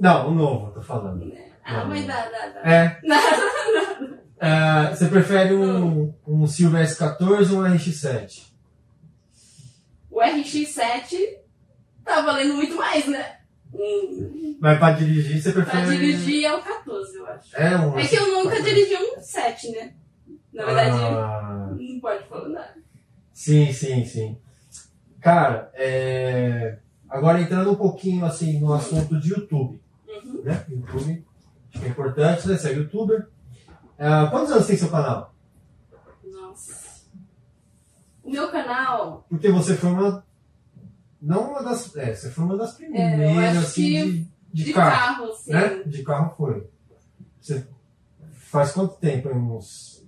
Speaker 1: Não, o novo, eu tô falando.
Speaker 2: Ah,
Speaker 1: Não.
Speaker 2: mas dá, dá, dá.
Speaker 1: É. Ah, você prefere um, um Silver S14 ou um RX7?
Speaker 2: O RX7 tá valendo muito mais, né? Hum,
Speaker 1: Mas pra dirigir, você prefere.
Speaker 2: pra dirigir é o 14, eu acho.
Speaker 1: É um.
Speaker 2: É que eu nunca dirigi um 7, né? Na verdade,
Speaker 1: Ah,
Speaker 2: não pode falar nada.
Speaker 1: sim, sim, sim. Cara, é, agora entrando um pouquinho assim no assunto de YouTube.
Speaker 2: Uhum.
Speaker 1: Né? YouTube. Acho que é importante, né? Você é youtuber. Ah, quantos anos tem seu canal?
Speaker 2: Nossa. O meu canal,
Speaker 1: Porque você foi uma. Não uma das. É, você foi uma das primeiras,
Speaker 2: É, eu acho
Speaker 1: assim,
Speaker 2: que
Speaker 1: de, de
Speaker 2: de,
Speaker 1: carro.
Speaker 2: carro, assim.
Speaker 1: né? De carro foi. Você faz quanto tempo? Uns,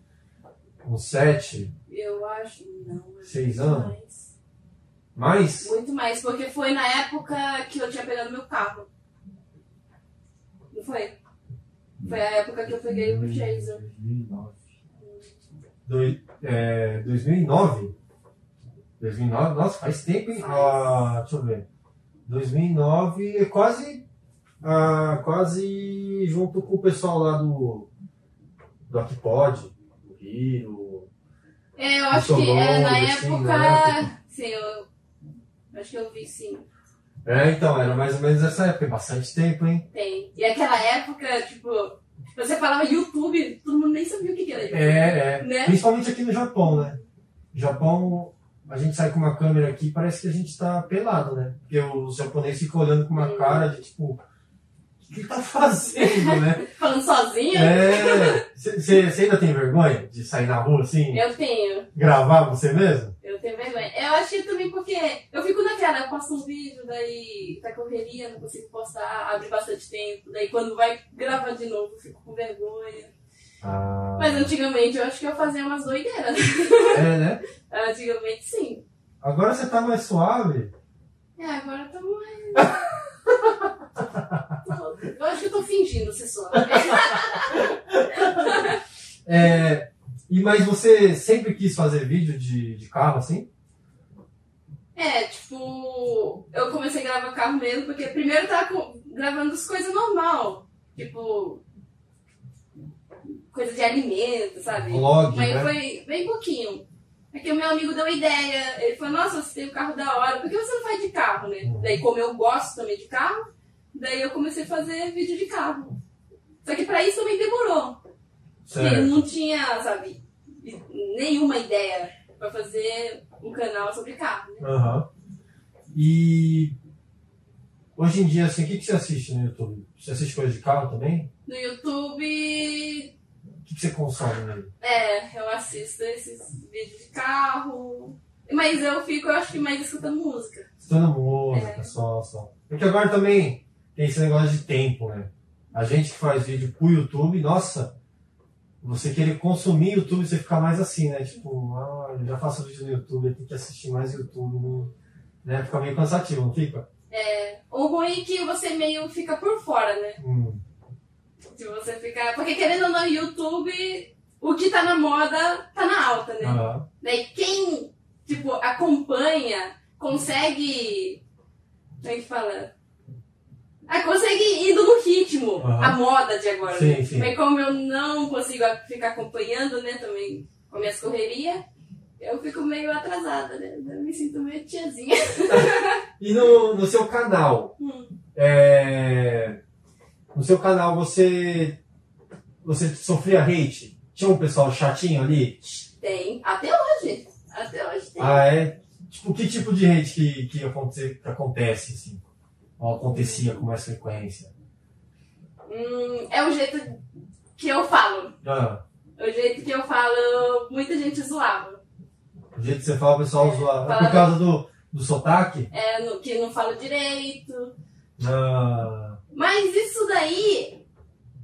Speaker 1: uns sete,
Speaker 2: Eu acho, não. é
Speaker 1: Seis
Speaker 2: muito
Speaker 1: anos?
Speaker 2: mais.
Speaker 1: mais?
Speaker 2: Muito mais, porque foi na época que eu tinha pegado meu carro. Não foi? Foi a época que eu peguei
Speaker 1: Hum.
Speaker 2: o Chaser.
Speaker 1: 2009. Doi- é, 2009? 2009? Nossa, faz tempo, hein?
Speaker 2: Faz.
Speaker 1: Ah, deixa eu ver. 2009 é quase, ah, quase junto com o pessoal lá do, do Akipod, do Hiro.
Speaker 2: É, eu acho
Speaker 1: Muito
Speaker 2: que é na
Speaker 1: longe, assim, na
Speaker 2: época. Sim, eu. Acho que eu vi sim.
Speaker 1: É, então, era mais ou menos essa época, bastante tempo, hein?
Speaker 2: Tem. E aquela época, tipo, você falava YouTube, todo mundo nem sabia o que que era YouTube.
Speaker 1: É, é.
Speaker 2: Né?
Speaker 1: Principalmente aqui no Japão, né? Japão, a gente sai com uma câmera aqui parece que a gente tá pelado, né? Porque os japoneses ficam olhando com uma
Speaker 2: Hum.
Speaker 1: cara de tipo, o que que ele tá fazendo, né?
Speaker 2: Falando sozinha,
Speaker 1: É. Você ainda tem vergonha de sair na rua assim,
Speaker 2: eu tenho.
Speaker 1: gravar você mesmo?
Speaker 2: Eu tenho vergonha. Eu acho que também porque eu fico naquela, eu posto um vídeo, daí tá correria, não consigo postar, abre bastante tempo, daí quando vai gravar de novo, eu fico com vergonha.
Speaker 1: Ah,
Speaker 2: Mas antigamente eu acho que eu fazia umas doideiras.
Speaker 1: é, né?
Speaker 2: Antigamente sim.
Speaker 1: Agora você tá mais suave.
Speaker 2: É, agora eu tô mais. Tô- Eu acho que eu tô fingindo ser só. né?
Speaker 1: É, e mas você sempre quis fazer vídeo de, de carro assim?
Speaker 2: É, tipo, eu comecei a gravar carro mesmo, porque primeiro eu tava co- gravando as coisas normal. Tipo, coisa de alimento, sabe?
Speaker 1: Vlog,
Speaker 2: Mas
Speaker 1: né?
Speaker 2: foi bem pouquinho. É que o meu amigo deu ideia. Ele falou, nossa, você tem um carro da hora, por que você não faz de carro, né?
Speaker 1: Uhum.
Speaker 2: Daí, como eu gosto também de carro, daí eu comecei a fazer vídeo de carro. Só que pra isso também demorou. Porque eu
Speaker 1: Certo.
Speaker 2: não tinha, sabe, nenhuma ideia pra fazer um canal sobre carro, né?
Speaker 1: Aham. E hoje em dia, assim, o que, que você assiste no YouTube? Você assiste coisa de carro também?
Speaker 2: No YouTube,
Speaker 1: O que, que você consome nele?
Speaker 2: É, eu assisto esses vídeos de carro. Mas eu fico, eu acho que mais escutando música.
Speaker 1: Estando música,
Speaker 2: É.
Speaker 1: só, só. Porque agora também tem esse negócio de tempo, né? A gente que faz vídeo pro YouTube, nossa, você querer consumir YouTube, você fica mais assim, né? Tipo, ah, eu já faço vídeo no YouTube, eu tenho que assistir mais YouTube, não- né? Fica meio cansativo, não fica?
Speaker 2: O ruim é que você meio fica por fora, né?
Speaker 1: Hum,
Speaker 2: Se você ficar. Porque querendo ou não, YouTube, o que tá na moda tá na alta, né?
Speaker 1: aham.
Speaker 2: Daí quem, tipo, acompanha, consegue. Como é que fala? Ah, consegue indo no ritmo,
Speaker 1: Aham.
Speaker 2: a moda de agora.
Speaker 1: Sim,
Speaker 2: né?
Speaker 1: sim.
Speaker 2: Mas como eu não consigo a- ficar acompanhando, né, também com minhas correrias, eu fico meio atrasada, né? Eu me sinto meio tiazinha.
Speaker 1: E no, no seu canal?
Speaker 2: Hum.
Speaker 1: É, no seu canal você você sofria hate? Tinha um pessoal chatinho ali?
Speaker 2: Tem, até hoje. Até hoje tem.
Speaker 1: Ah, é? Tipo, que tipo de hate que, que, aconte, que acontece, assim? Ou acontecia com mais frequência?
Speaker 2: Hum, é o jeito que eu falo.
Speaker 1: Ah,
Speaker 2: É o jeito que eu falo, muita gente zoava.
Speaker 1: o jeito que você fala, o pessoal zoa. É por
Speaker 2: Falava-
Speaker 1: causa do, do sotaque?
Speaker 2: É, no- que não falo direito.
Speaker 1: Ah,
Speaker 2: Mas isso daí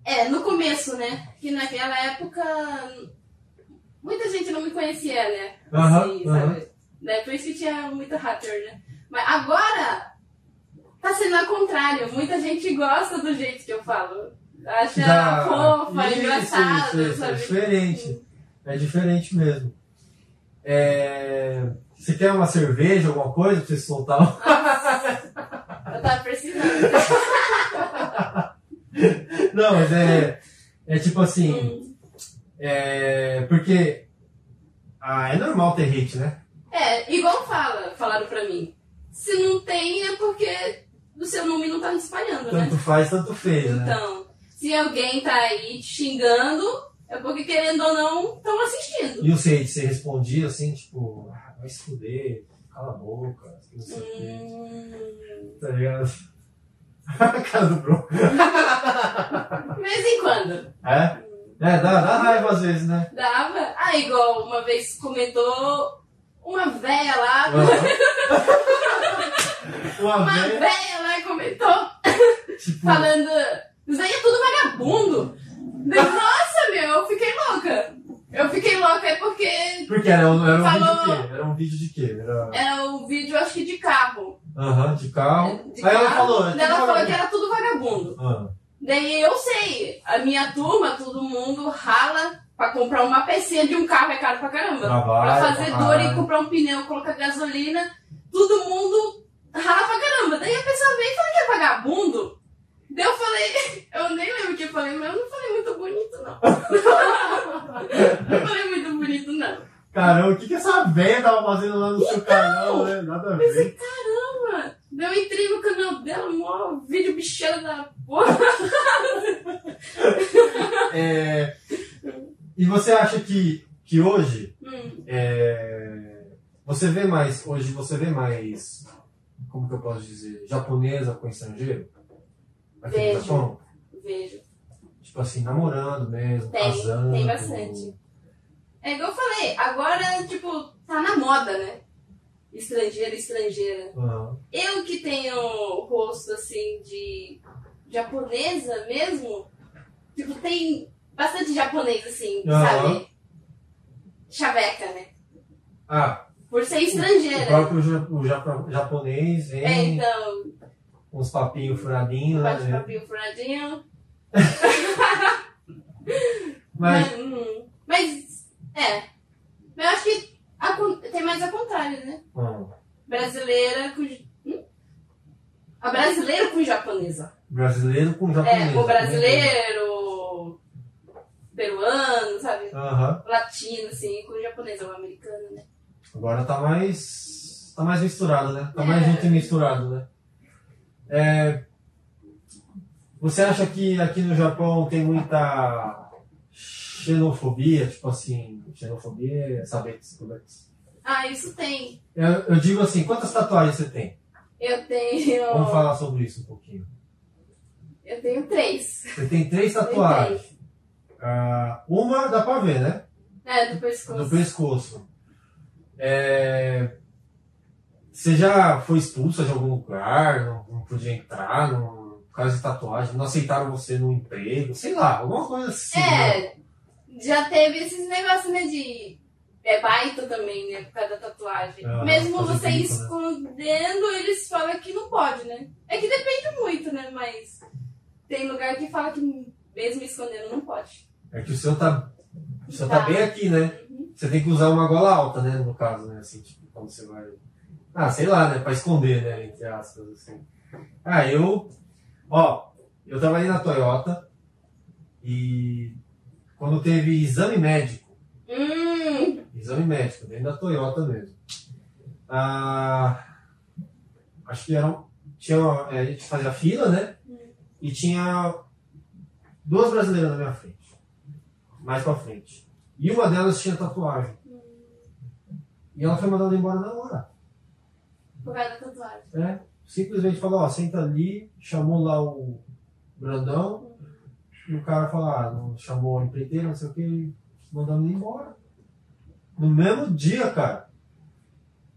Speaker 2: é no começo, né? Que naquela época hum, muita gente não me conhecia, né?
Speaker 1: Aham, aham.
Speaker 2: sabe? Né? Por isso que tinha muita hater, né? Mas agora tá sendo ao contrário. Muita gente gosta do jeito que eu falo. Acha
Speaker 1: já-
Speaker 2: é fofa,
Speaker 1: Isso,
Speaker 2: engraçada,
Speaker 1: isso, isso, é
Speaker 2: sabe?
Speaker 1: diferente. É diferente mesmo. É, Você quer uma cerveja, alguma coisa pra você soltar?
Speaker 2: Eu tava precisando.
Speaker 1: Não, mas é. É tipo assim.
Speaker 2: Hum.
Speaker 1: É, porque. Ah, é normal ter hate, né?
Speaker 2: É, igual fala, falaram pra mim. Se não tem é porque o seu nome não tá espalhando, né?
Speaker 1: Tanto faz, tanto fez, né?
Speaker 2: Então, se alguém tá aí te xingando, é porque querendo ou não, estão assistindo.
Speaker 1: E os hate, você respondia assim, tipo, ah, vai se fuder, cala a boca, não sei o quê.
Speaker 2: Hum,
Speaker 1: Tá ligado? A cara do Bruno.
Speaker 2: de vez em quando.
Speaker 1: É? É, dá, dá raiva às vezes, né?
Speaker 2: Dava. Ah, igual uma vez comentou uma véia lá.
Speaker 1: Uma
Speaker 2: Uma
Speaker 1: vez,
Speaker 2: véia lá comentou
Speaker 1: tipo,
Speaker 2: falando. Isso aí é tudo vagabundo. Daí, Nossa, meu, eu fiquei louca. Eu fiquei louca é porque
Speaker 1: porque era, um- era um vídeo de
Speaker 2: Falou-
Speaker 1: quê? Era um vídeo de quê? Era.
Speaker 2: era um vídeo, acho que de carro.
Speaker 1: Aham, de carro.
Speaker 2: É, De
Speaker 1: Aí ela
Speaker 2: carro.
Speaker 1: falou,
Speaker 2: Daí
Speaker 1: tipo,
Speaker 2: Ela falou que era tudo vagabundo.
Speaker 1: Ah,
Speaker 2: Daí eu sei, a minha turma, todo mundo rala pra comprar uma pecinha de um carro, é caro pra caramba.
Speaker 1: Trabalho,
Speaker 2: pra fazer
Speaker 1: pra
Speaker 2: dor
Speaker 1: caralho.
Speaker 2: e comprar um pneu, colocar gasolina, todo mundo rala pra caramba. Daí a pessoa vem e fala que é vagabundo. Daí eu falei, eu nem lembro o que eu falei, mas eu não falei muito bonito, não. não falei muito bonito, não.
Speaker 1: Caramba, o que, que essa véia tava fazendo lá no
Speaker 2: Então!
Speaker 1: seu canal, né? Nada a
Speaker 2: Eu
Speaker 1: ver.
Speaker 2: pensei, caramba! Daí eu entrei no canal dela, mó vídeo bicheira da porra.
Speaker 1: É, E você acha que, que hoje
Speaker 2: Hum,
Speaker 1: é, você vê mais hoje você vê mais como que eu posso dizer japonesa com estrangeiro aqui no
Speaker 2: Vejo.
Speaker 1: Japão
Speaker 2: vejo.
Speaker 1: tipo assim namorando mesmo
Speaker 2: Tem,
Speaker 1: casando
Speaker 2: tem bastante. É igual eu falei, agora, tipo, tá na moda, né? Estrangeira, estrangeira.
Speaker 1: Aham.
Speaker 2: Eu que tenho rosto, assim, de japonesa mesmo, tipo, tem bastante japonês, assim,
Speaker 1: Aham.
Speaker 2: sabe? Chaveca, né?
Speaker 1: ah
Speaker 2: Por ser
Speaker 1: o
Speaker 2: estrangeira.
Speaker 1: próprio ja- o japa- japonês
Speaker 2: É,
Speaker 1: vem
Speaker 2: então,
Speaker 1: com uns papinhos furadinhos
Speaker 2: bate
Speaker 1: né?
Speaker 2: papinho furadinho.
Speaker 1: mas
Speaker 2: Mas, hum, mas, é. Mas eu acho que a con- tem mais ao contrário, né?
Speaker 1: bom,
Speaker 2: brasileira com. hum? A brasileira com japonesa.
Speaker 1: né? brasileiro com japonês
Speaker 2: É, o brasileiro. peruano, sabe?
Speaker 1: Aham.
Speaker 2: Latino, assim, com o japonês ou americano, né?
Speaker 1: Agora tá mais. tá mais misturado, né? Tá
Speaker 2: É.
Speaker 1: mais junto e misturado, né? É, você acha que aqui no Japão tem muita xenofobia? Tipo assim, xenofobia é saber que se conversa.
Speaker 2: Ah, isso tem.
Speaker 1: Eu, eu digo assim, quantas tatuagens você tem?
Speaker 2: Eu tenho.
Speaker 1: Vamos falar sobre isso um pouquinho.
Speaker 2: Eu tenho três.
Speaker 1: Você tem três
Speaker 2: Tenho
Speaker 1: tatuagens.
Speaker 2: três.
Speaker 1: Ah, uma dá pra ver, né?
Speaker 2: É, do pescoço.
Speaker 1: Do pescoço. É, Você já foi expulsa de algum lugar? Não, não podia entrar? Não... Por causa de tatuagem? Não aceitaram você no emprego? Sei lá, alguma coisa assim. né?
Speaker 2: É, já teve esses negócios, né, de é baita também, né, por causa da tatuagem.
Speaker 1: Ah,
Speaker 2: Mesmo
Speaker 1: fazer
Speaker 2: você
Speaker 1: bico, né?
Speaker 2: escondendo, eles falam que não pode, né? É que depende muito, né, mas tem lugar que fala que mesmo escondendo não pode.
Speaker 1: É que o seu tá, o seu tá
Speaker 2: Tá.
Speaker 1: bem aqui, né? Você tem que usar uma gola alta, né? No caso, né? Assim, tipo, quando você vai. Ah, sei lá, né? Pra esconder, né? Entre aspas, assim. Ah, eu. Ó, eu trabalhei na Toyota e quando teve exame médico.
Speaker 2: Hum,
Speaker 1: Exame médico, né? dentro da Toyota mesmo. Ah, acho que eram, tinha, uma- é, a gente fazia fila, né? E tinha duas brasileiras na minha frente, mais pra frente. E uma delas tinha tatuagem. E ela foi mandada embora na hora.
Speaker 2: por causa da tatuagem.
Speaker 1: Né? Simplesmente falou, ó, senta ali, chamou lá o Brandão, e o cara falou, ah, não chamou o empreiteiro, não sei o que, mandando ele embora. No mesmo dia, cara.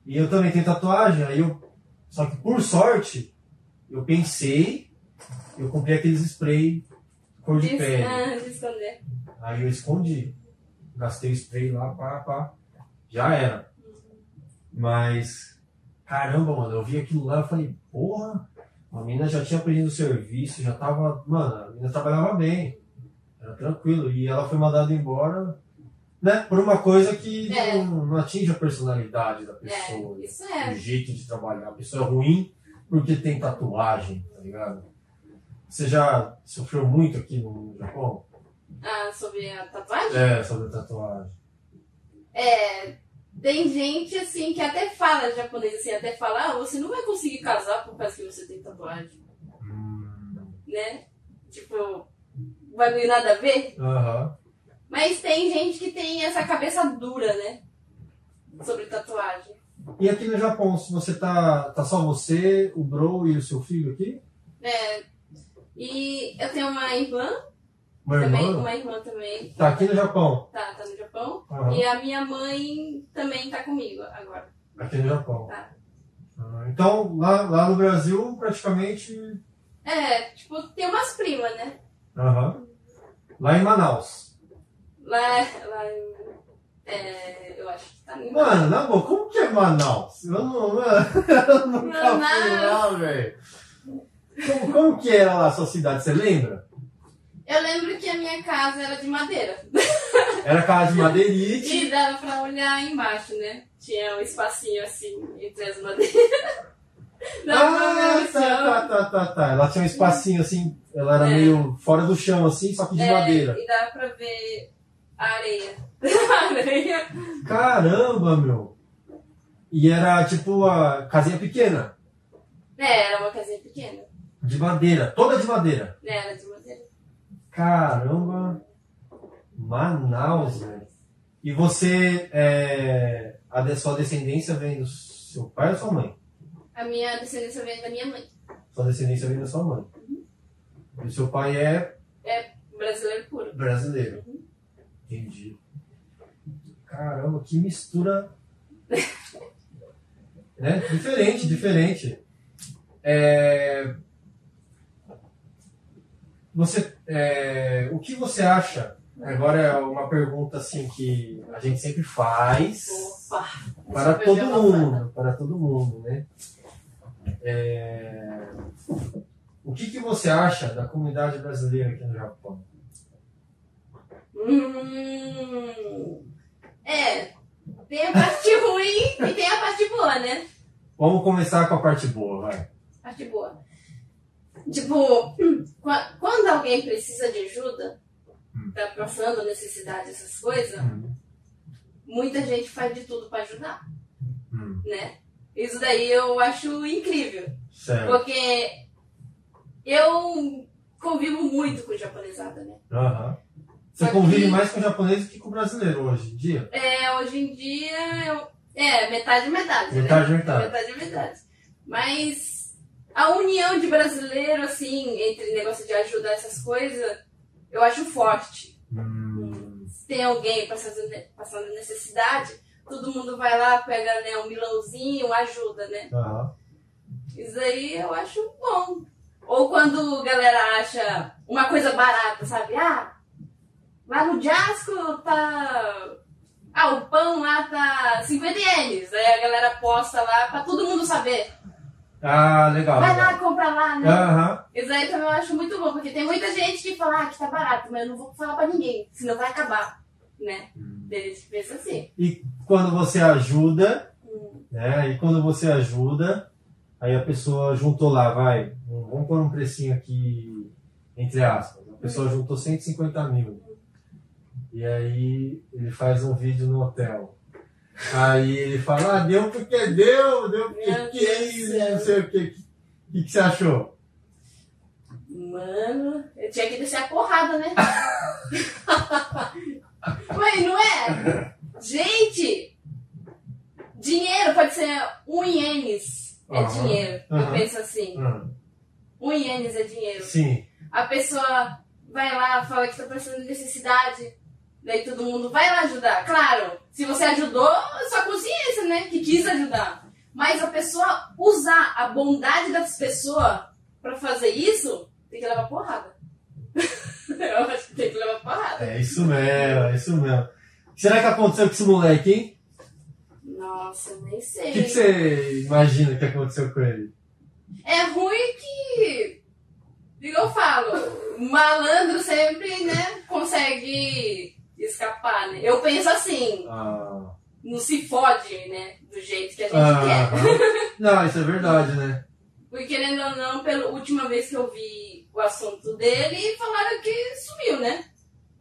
Speaker 1: E eu também tenho tatuagem, aí eu. Só que por sorte, eu pensei, eu comprei aqueles spray cor de
Speaker 2: Des-
Speaker 1: pele.
Speaker 2: ah, de esconder.
Speaker 1: Aí eu escondi. Gastei o spray lá, pá, pá. Já era. Mas, caramba, mano, eu vi aquilo lá e falei, porra, a menina já tinha aprendido o serviço, já tava. Mano, a menina trabalhava bem. Era tranquilo. E ela foi mandada embora, né? Por uma coisa que
Speaker 2: É.
Speaker 1: não, não atinge a personalidade da pessoa.
Speaker 2: É, isso
Speaker 1: O
Speaker 2: é.
Speaker 1: jeito de trabalhar. A pessoa é ruim porque tem tatuagem, tá ligado? Você já sofreu muito aqui no Japão?
Speaker 2: Ah, sobre a tatuagem?
Speaker 1: É, sobre tatuagem.
Speaker 2: É, tem gente, assim, que até fala japonês, assim, até fala, ah, você não vai conseguir casar por causa que você tem tatuagem.
Speaker 1: Hum,
Speaker 2: né? Tipo, bagulho nada a ver.
Speaker 1: Aham.
Speaker 2: Mas tem gente que tem essa cabeça dura, né? Sobre tatuagem.
Speaker 1: E aqui no Japão, se você tá. tá só você, o Bro e o seu filho aqui?
Speaker 2: É. E eu tenho uma irmã
Speaker 1: Uma
Speaker 2: também,
Speaker 1: irmã?
Speaker 2: uma irmã também,
Speaker 1: Tá aqui no Japão.
Speaker 2: tá, tá no Japão.
Speaker 1: Aham.
Speaker 2: E a minha mãe também tá comigo agora.
Speaker 1: Aqui no Japão.
Speaker 2: Tá.
Speaker 1: Ah, Então, lá, lá no Brasil, praticamente.
Speaker 2: É, tipo, tem umas primas, né?
Speaker 1: Aham. Lá em Manaus.
Speaker 2: Lá, lá em. É, eu acho que tá em
Speaker 1: Mano, na boa, como que é Manaus? Eu não. Mano, eu nunca fui lá,
Speaker 2: Manaus.
Speaker 1: velho. Como, como que era lá a sua cidade? Você lembra?
Speaker 2: Eu lembro que a minha casa era de madeira.
Speaker 1: Era casa de madeirite.
Speaker 2: E dava pra olhar embaixo, né? Tinha um espacinho assim entre as madeiras. Dava pra olhar
Speaker 1: Ah,
Speaker 2: no
Speaker 1: tá, tá,
Speaker 2: chão.
Speaker 1: tá, tá, tá. Ela tinha um espacinho assim, ela era
Speaker 2: É.
Speaker 1: meio fora do chão assim, só que de
Speaker 2: É,
Speaker 1: madeira.
Speaker 2: E dava pra ver a areia. A areia.
Speaker 1: Caramba, meu. E era tipo a casinha pequena,
Speaker 2: É, era uma casinha pequena.
Speaker 1: de madeira, toda de madeira.
Speaker 2: Né? Era de madeira.
Speaker 1: Caramba. Manaus, velho. E você, é, a de- sua descendência vem do seu pai ou sua mãe?
Speaker 2: A minha descendência veio da minha mãe.
Speaker 1: Sua descendência vem da sua mãe. E o seu pai é
Speaker 2: Brasileiro puro.
Speaker 1: brasileiro. Entendi. Caramba, que mistura. né? Diferente, diferente. É, Você, é, o que você acha? Agora é uma pergunta assim que a gente sempre faz
Speaker 2: Opa!
Speaker 1: para
Speaker 2: Essa
Speaker 1: todo
Speaker 2: foi uma foto.
Speaker 1: mundo, para todo mundo, né? É, O que, que você acha da comunidade brasileira aqui no Japão?
Speaker 2: Hum. É. Tem a parte ruim e tem a parte boa, né?
Speaker 1: Vamos começar com a parte boa, vai.
Speaker 2: parte boa. Tipo, qua- quando alguém precisa de ajuda,
Speaker 1: Hum.
Speaker 2: tá passando necessidade, essas coisas,
Speaker 1: Uhum.
Speaker 2: muita gente faz de tudo pra ajudar,
Speaker 1: Hum.
Speaker 2: né? Isso daí eu acho incrível.
Speaker 1: Certo.
Speaker 2: Porque eu convivo muito com japonesada, né?
Speaker 1: Aham. Você
Speaker 2: Só
Speaker 1: convive
Speaker 2: que-
Speaker 1: mais com o japonês que com o brasileiro hoje em dia?
Speaker 2: É, hoje em dia eu. É, metade metade,
Speaker 1: Metade,
Speaker 2: né?
Speaker 1: metade.
Speaker 2: Metade metade. Mas a união de brasileiro, assim, entre negócio de ajudar essas coisas, eu acho forte.
Speaker 1: Hum.
Speaker 2: Se tem alguém passando, passando necessidade, todo mundo vai lá, pega né, um milãozinho, ajuda, né?
Speaker 1: Aham.
Speaker 2: Isso aí eu acho bom. Ou quando a galera acha uma coisa barata, sabe? Ah, lá no Jasco tá. Ah, o pão lá tá 50 ienes. Aí a galera posta lá pra todo mundo saber.
Speaker 1: Ah, legal.
Speaker 2: Vai
Speaker 1: legal.
Speaker 2: lá, compra lá,
Speaker 1: É.
Speaker 2: né?
Speaker 1: Aham.
Speaker 2: Isso aí também eu acho muito bom, porque tem muita gente que fala, ah, que tá barato, mas eu não vou falar pra ninguém, senão vai acabar, né? Eles pensam assim.
Speaker 1: E quando você ajuda,
Speaker 2: Hum.
Speaker 1: né? E quando você ajuda, aí a pessoa juntou lá, vai, um- vamos pôr um precinho aqui, entre aspas. A
Speaker 2: Hum.
Speaker 1: pessoa juntou 150 mil. E aí ele faz um vídeo no hotel. Aí ele fala, ah, deu porque deu, deu porque
Speaker 2: Meu
Speaker 1: quis,
Speaker 2: Deus do
Speaker 1: não sei o que. O que, que você achou?
Speaker 2: Mano, eu tinha que deixar a porrada, né? Mas não é? Gente, dinheiro pode ser um ienes é
Speaker 1: Aham,
Speaker 2: dinheiro. Eu
Speaker 1: aham.
Speaker 2: penso assim,
Speaker 1: Hum,
Speaker 2: um ienes é dinheiro.
Speaker 1: sim.
Speaker 2: A pessoa vai lá, fala que tá passando necessidade, daí todo mundo vai lá ajudar. Claro, se você ajudou, é sua consciência, né? Que quis ajudar. Mas a pessoa usar a bondade das pessoas pra fazer isso, tem que levar porrada. Eu acho que tem que levar porrada.
Speaker 1: É isso mesmo, é isso mesmo. Será que aconteceu com esse moleque, hein?
Speaker 2: Nossa, eu nem
Speaker 1: O
Speaker 2: sei.
Speaker 1: que que você imagina que aconteceu com ele?
Speaker 2: É ruim que. Igual eu falo, malandro sempre, né? Consegue escapar, né? Eu penso assim.
Speaker 1: Ah,
Speaker 2: não se fode, né? Do jeito que a gente
Speaker 1: ah,
Speaker 2: quer.
Speaker 1: não, isso é verdade, né?
Speaker 2: Porque, querendo ou não, pela última vez que eu vi o assunto dele, falaram que sumiu, né?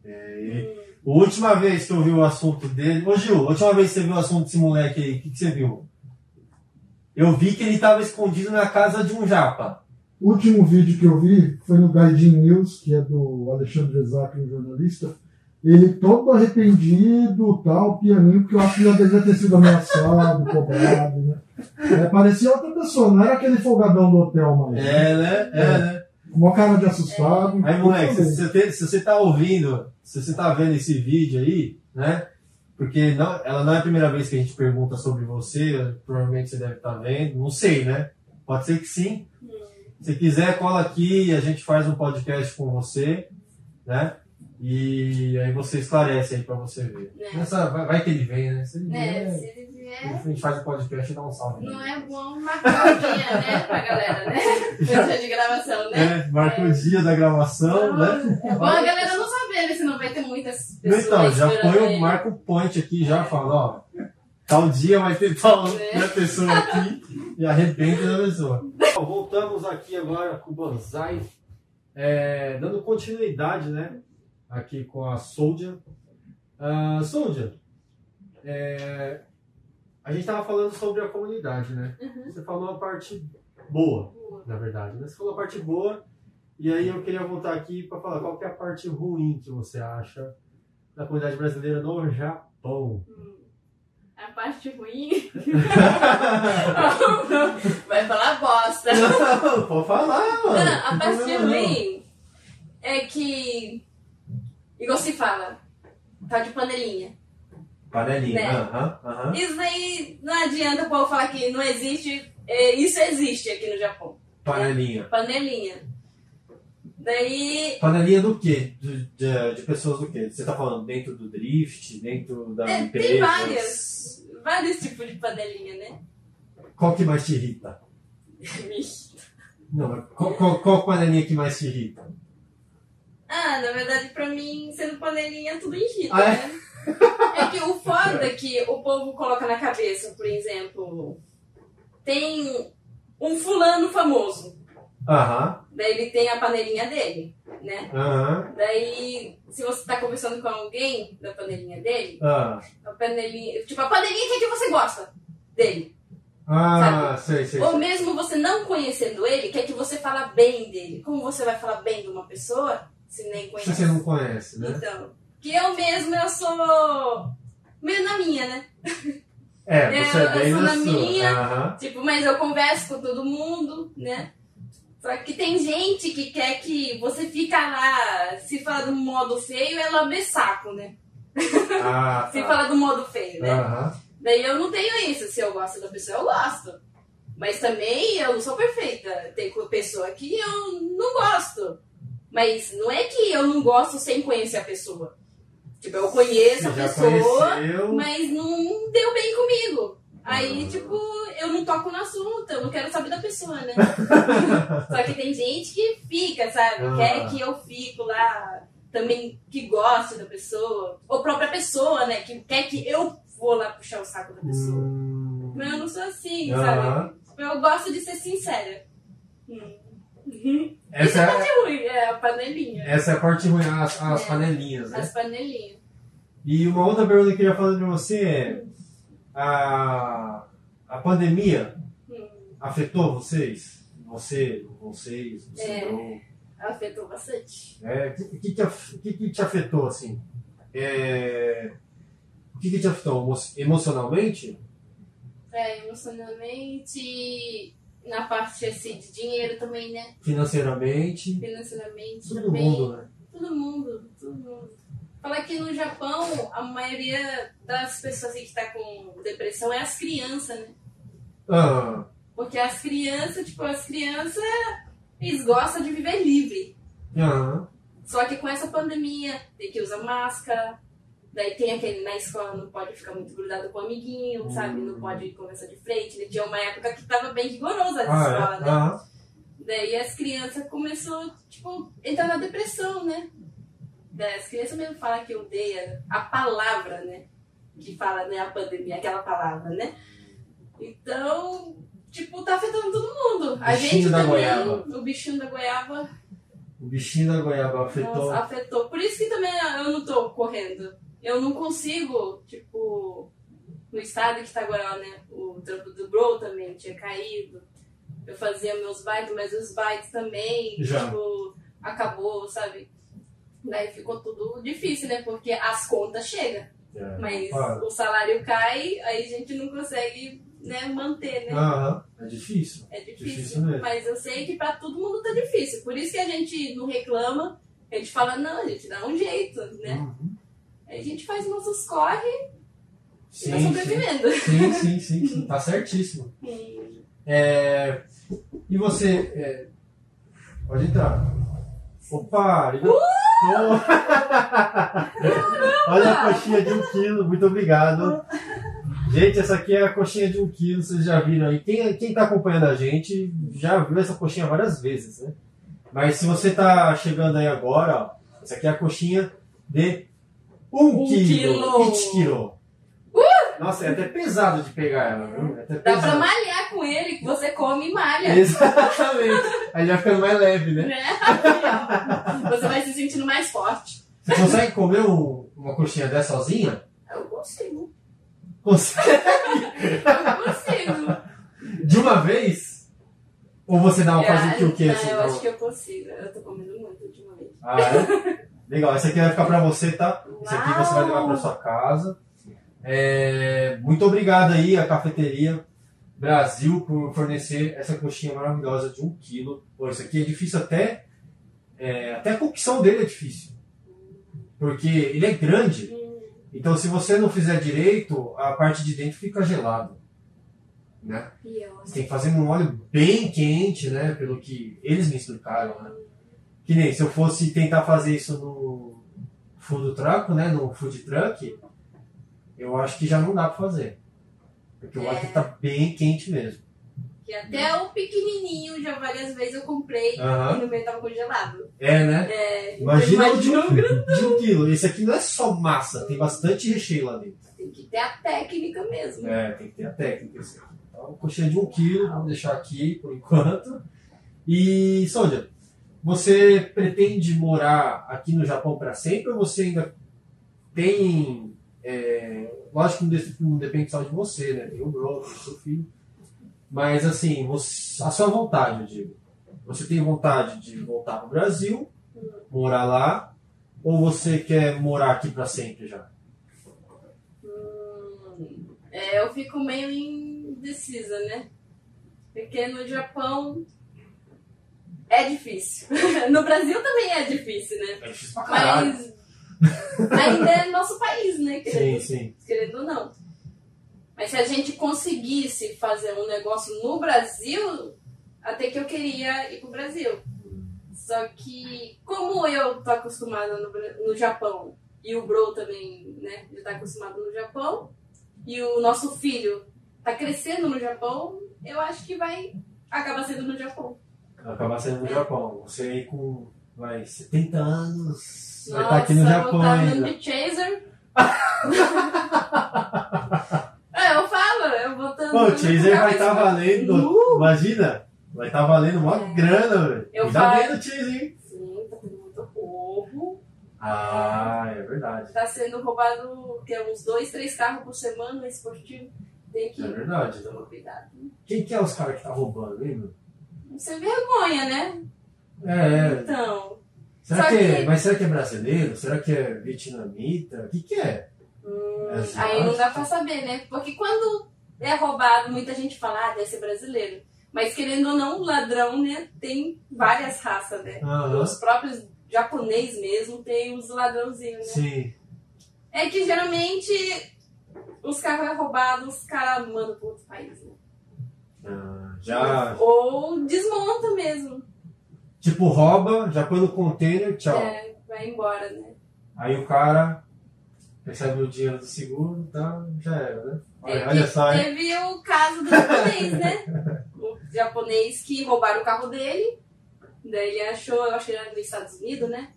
Speaker 1: É,
Speaker 2: Hum,
Speaker 1: E a última vez que eu vi o assunto dele. Ô Gil, a última vez que você viu o assunto desse moleque aí, o que, que você viu? Eu vi que ele tava escondido na casa de um japa.
Speaker 3: O último vídeo que eu vi foi no Gaijin News, que é do Alexandre Zac, um jornalista. Ele todo arrependido, tal, pianinho, porque eu acho que já devia ter sido ameaçado, cobrado, né? É, parecia outra pessoa, não era aquele folgadão do hotel mais. né?
Speaker 1: É, né? É, né?
Speaker 3: Com Uma cara de assustado.
Speaker 1: Aí, moleque, se você, te- se você tá ouvindo, se você tá vendo esse vídeo aí, né? Porque não, ela não é a primeira vez que a gente pergunta sobre você, provavelmente você deve estar vendo, não sei, né? Pode ser que sim.
Speaker 2: Hum.
Speaker 1: Se quiser, cola aqui, a gente faz um podcast com você, né? E aí você esclarece aí pra você ver.
Speaker 2: Né?
Speaker 1: Nessa, vai, vai que ele vem, né? Se ele
Speaker 2: Né? Se
Speaker 1: vier,
Speaker 2: ele
Speaker 1: a
Speaker 2: vier,
Speaker 1: gente faz um podcast e dá um salve.
Speaker 2: não é bom marcar o dia, né? Pra galera, né? Dia de gravação, né?
Speaker 1: É, marca o dia da gravação, né?
Speaker 2: É bom a galera não saber, né? Se não vai ter muitas pessoas.
Speaker 1: Então, já
Speaker 2: esperando
Speaker 1: põe o
Speaker 2: ele.
Speaker 1: marca o point aqui, já fala, ó. Tal dia vai ter tal
Speaker 2: É.
Speaker 1: né, pessoa aqui e arrebenta da pessoa. Bom, voltamos aqui agora com o Banzai, é, dando continuidade, né? Aqui com a Soldier. Ah, Soldier, é, a gente estava falando sobre a comunidade, né?
Speaker 2: Uhum.
Speaker 1: Você falou a parte boa, na verdade. Né? Você falou a parte boa, e aí eu queria voltar aqui para falar qual que é a parte ruim que você acha da comunidade brasileira no Japão.
Speaker 2: Hum. A parte ruim. vai falar bosta.
Speaker 1: Não, pode falar, mano.
Speaker 2: Não, a
Speaker 1: Não tem
Speaker 2: parte
Speaker 1: problema,
Speaker 2: ruim é que, igual se fala, tá de panelinha.
Speaker 1: não. Panelinha,
Speaker 2: Né?
Speaker 1: aham, aham.
Speaker 2: Isso aí não adianta o povo falar que não existe, é, isso existe aqui no Japão.
Speaker 1: Panelinha.
Speaker 2: Panelinha. Daí,
Speaker 1: Panelinha do quê? De, de- de pessoas do quê? Você tá falando dentro do drift, dentro da
Speaker 2: é,
Speaker 1: empresa?
Speaker 2: tem várias, vários tipos de panelinha, né?
Speaker 1: Qual que mais te irrita?
Speaker 2: Vixe.
Speaker 1: Não, mas qual, qual, qual panelinha que mais te irrita?
Speaker 2: Ah, na verdade, pra mim, sendo panelinha, tudo irrita,
Speaker 1: Ah, é?
Speaker 2: né? É que o foda é que o povo coloca na cabeça, por exemplo, tem um fulano famoso.
Speaker 1: Aham,
Speaker 2: Daí ele tem a panelinha dele, né?
Speaker 1: Aham.
Speaker 2: Daí, se você tá conversando com alguém da panelinha dele,
Speaker 1: Ah,
Speaker 2: a panelinha. Tipo, a panelinha que é que você gosta dele.
Speaker 1: ah sei, sei.
Speaker 2: Ou
Speaker 1: sei.
Speaker 2: mesmo você não conhecendo ele, quer que você fala bem dele. Como você vai falar bem de uma pessoa se nem
Speaker 1: Se
Speaker 2: conhece?
Speaker 1: você não conhece, né?
Speaker 2: Então. Que eu mesmo eu sou meio na minha, né?
Speaker 1: É,
Speaker 2: É,
Speaker 1: você é bem
Speaker 2: eu sou
Speaker 1: na
Speaker 2: na
Speaker 1: sua.
Speaker 2: minha.
Speaker 1: Aham.
Speaker 2: Tipo, mas eu converso com todo mundo, né? Só que tem gente que quer que você fica lá, se fala do modo feio, é lamber saco, né?
Speaker 1: Ah,
Speaker 2: Se
Speaker 1: tá.
Speaker 2: fala do modo feio, né?
Speaker 1: Aham.
Speaker 2: Daí eu não tenho isso. Se eu gosto da pessoa, eu gosto. Mas também eu não sou perfeita. Tem co- pessoa que eu não gosto. Mas não é que eu não gosto sem conhecer a pessoa. Tipo, eu conheço a
Speaker 1: Você já
Speaker 2: pessoa,
Speaker 1: conheceu.
Speaker 2: mas não deu bem comigo. Aí,
Speaker 1: Ah.
Speaker 2: tipo, eu não toco no assunto, eu não quero saber da pessoa, né? Só que tem gente que fica, sabe?
Speaker 1: Ah.
Speaker 2: Quer que eu fico lá também que goste da pessoa. Ou própria pessoa, né? Que quer que eu vou lá puxar o saco da pessoa.
Speaker 1: Hum.
Speaker 2: Mas eu não sou assim, sabe?
Speaker 1: Aham.
Speaker 2: Eu gosto de ser sincera. Hum. Uhum. Isso
Speaker 1: Essa,
Speaker 2: é
Speaker 1: é,
Speaker 2: parte ruim, é a panelinha.
Speaker 1: essa é a parte ruim, as, as
Speaker 2: É.
Speaker 1: panelinhas, né?
Speaker 2: As panelinhas.
Speaker 1: E uma outra pergunta que eu queria fazer pra você é: a, a pandemia
Speaker 2: Hum.
Speaker 1: afetou vocês? Você, vocês, você
Speaker 2: É.
Speaker 1: não?
Speaker 2: Afetou bastante.
Speaker 1: É, o que, que, te af- o que que te afetou assim? É, o que, que te afetou? Emo- Emocionalmente?
Speaker 2: É, emocionalmente, na parte assim de dinheiro também, né?
Speaker 1: Financeiramente?
Speaker 2: Financeiramente
Speaker 1: Todo
Speaker 2: também.
Speaker 1: mundo, né?
Speaker 2: Todo mundo, todo mundo. Fala que no Japão, a maioria das pessoas assim, que tá com depressão é as crianças, né?
Speaker 1: Ah,
Speaker 2: Porque as crianças, tipo, as crianças, eles gostam de viver livre.
Speaker 1: ah,
Speaker 2: Só que com essa pandemia, tem que usar máscara. Daí tem aquele na escola, não pode ficar muito grudado com o amiguinho,
Speaker 1: Hum.
Speaker 2: sabe? Não pode conversar de frente. né? Tinha uma época que tava bem rigorosa a escola,
Speaker 1: ah, é,
Speaker 2: né?
Speaker 1: ah,
Speaker 2: Daí as crianças começou, tipo, entrar na depressão, né? Daí as crianças mesmo falam que odeia a palavra, né? Que fala, né, a pandemia, aquela palavra, né? Então, tipo, tá afetando todo mundo. A
Speaker 1: Bichinho
Speaker 2: gente
Speaker 1: da
Speaker 2: também,
Speaker 1: goiaba.
Speaker 2: o bichinho da goiaba
Speaker 1: o bichinho da goiaba afetou.
Speaker 2: nossa, afetou. Por isso que também eu não tô correndo. Eu não consigo, tipo, no estado que tá agora, né? O trampo do Bro também tinha caído. Eu fazia meus bikes, mas os bikes também,
Speaker 1: Já.
Speaker 2: tipo, acabou, sabe? Daí ficou tudo difícil, né? Porque as contas chegam,
Speaker 1: É,
Speaker 2: mas
Speaker 1: claro.
Speaker 2: o salário cai, aí a gente não consegue né, manter, né?
Speaker 1: Aham, é difícil.
Speaker 2: É difícil,
Speaker 1: Difícil mesmo.
Speaker 2: mas eu sei que pra todo mundo tá difícil. Por isso que a gente não reclama, a gente fala, não, a gente dá um jeito, né?
Speaker 1: Uhum.
Speaker 2: A gente faz nossos corre e tá
Speaker 1: Sim, sim,
Speaker 2: sobrevivendo.
Speaker 1: sim, sim, sim, sim, tá certíssimo.
Speaker 2: Hum,
Speaker 1: É, e você. é, pode entrar. Opa! ele- Oh! Olha a coxinha de um quilo, muito obrigado. Gente, essa aqui é a coxinha de um quilo, vocês já viram aí. Quem, quem tá acompanhando a gente já viu essa coxinha várias vezes, né? Mas se você tá chegando aí agora, ó, essa aqui é a coxinha de um,
Speaker 2: Um
Speaker 1: quilo.
Speaker 2: quilo.
Speaker 1: Ichi quilo. Nossa, é até pesado de pegar ela, viu? É até
Speaker 2: Dá
Speaker 1: pesado.
Speaker 2: pra malhar com ele, que você come e malha.
Speaker 1: Exatamente. Aí já fica mais leve, né?
Speaker 2: Né? você vai se sentindo mais forte.
Speaker 1: Você consegue comer um- uma coxinha dessa sozinha?
Speaker 2: Eu consigo.
Speaker 1: Consegue?
Speaker 2: Eu consigo.
Speaker 1: De uma vez? Ou você dá uma faz o que o que?
Speaker 2: Ah,
Speaker 1: assim,
Speaker 2: eu
Speaker 1: não?
Speaker 2: acho que eu consigo. Eu tô comendo muito ultimamente.
Speaker 1: Ah, é? Legal, essa aqui vai ficar pra você, tá? Essa aqui você vai levar pra
Speaker 2: Uau!
Speaker 1: sua casa. É, muito obrigado aí à Cafeteria Brasil por fornecer essa coxinha maravilhosa de um quilo. Pô, isso aqui é difícil até. é, até a cocção dele é difícil. Porque ele é grande.
Speaker 2: Hum,
Speaker 1: Então, se você não fizer direito, a parte de dentro fica gelada. Né?
Speaker 2: pior.
Speaker 1: Você tem que fazer um óleo bem quente, né? Pelo que eles me explicaram, né? Que nem se eu fosse tentar fazer isso no food truck, né? No food truck, eu acho que já não dá pra fazer. Porque o
Speaker 2: É.
Speaker 1: óleo tem que tá bem quente mesmo.
Speaker 2: Que até o pequenininho, já várias vezes eu comprei
Speaker 1: Aham.
Speaker 2: e no meio tava congelado.
Speaker 1: É, né?
Speaker 2: É,
Speaker 1: Imagina o de
Speaker 2: imagina
Speaker 1: um,
Speaker 2: o
Speaker 1: de um quilo. Esse aqui não é só massa, tem bastante recheio lá dentro.
Speaker 2: Tem que ter a técnica mesmo.
Speaker 1: É, tem que ter a técnica. assim. Então, coxinha de 1 um quilo, vamos deixar aqui por enquanto. E, Sônia, Você pretende morar aqui no Japão para sempre ou você ainda tem. é, lógico que não de- não depende só de você, né? Tem o Bro, tem o seu filho. Mas assim, você- a sua vontade, eu digo. Você tem vontade de voltar para o Brasil, morar lá, ou você quer morar aqui para sempre já?
Speaker 2: Hum, é, eu fico meio indecisa, né? Porque no Japão é difícil. No Brasil também é difícil, né?
Speaker 1: É difícil pra
Speaker 2: Mas ainda é nosso país, né?
Speaker 1: Sim,
Speaker 2: Querendo,
Speaker 1: sim.
Speaker 2: querendo ou não. Mas se a gente conseguisse fazer um negócio no Brasil, até que eu queria ir pro Brasil. Só que, como eu tô acostumada no, Bra- no Japão, e o Bro também, né, já tá acostumado no Japão, e o nosso filho tá crescendo no Japão, eu acho que vai acabar sendo no Japão.
Speaker 1: Acabar saindo do Japão. Você aí com vai, 70 anos vai estar
Speaker 2: Nossa,
Speaker 1: aqui no Japão
Speaker 2: voltar no
Speaker 1: ainda.
Speaker 2: The Chaser. é, eu falo, eu voltando.
Speaker 1: Pô, o Chaser vai estar valendo.
Speaker 2: Uh!
Speaker 1: Imagina! Vai estar valendo uma
Speaker 2: É.
Speaker 1: grana, velho.
Speaker 2: Eu
Speaker 1: Cuidado
Speaker 2: falo.
Speaker 1: aí do Chaser, hein?
Speaker 2: Sim, tá tendo muito roubo.
Speaker 1: Ah, é verdade.
Speaker 2: Tá sendo roubado que é, uns dois, três carros por semana esportivo. Tem que
Speaker 1: É verdade. né?
Speaker 2: tomar cuidado.
Speaker 1: Quem que é os caras que tá roubando, hein, meu?
Speaker 2: Você vergonha, né?
Speaker 1: É, é.
Speaker 2: Então.
Speaker 1: Será
Speaker 2: Só
Speaker 1: que, é-
Speaker 2: que-
Speaker 1: Mas será que é brasileiro? Será que é vietnamita? O que que é?
Speaker 2: hum,
Speaker 1: É assim,
Speaker 2: aí não
Speaker 1: acho
Speaker 2: dá
Speaker 1: que-
Speaker 2: pra saber, né? Porque quando é roubado, muita gente fala, ah, deve ser brasileiro. Mas querendo ou não, ladrão, né? Tem várias raças, né?
Speaker 1: Aham.
Speaker 2: Os próprios japonês mesmo tem os ladrãozinhos, né?
Speaker 1: Sim.
Speaker 2: É que geralmente os carros é roubado, os caras mandam para outro país, né?
Speaker 1: Ah, já.
Speaker 2: Ou desmonta mesmo.
Speaker 1: Tipo, rouba, já põe no container, tchau.
Speaker 2: É, vai embora, né?
Speaker 1: Aí o cara recebe o dinheiro do seguro, tá? Já era, né?
Speaker 2: É
Speaker 1: Olha,
Speaker 2: que
Speaker 1: olha só, hein?
Speaker 2: Teve o caso do japonês, né? O japonês que roubaram o carro dele. Daí ele achou, eu acho que era dos Estados Unidos, né?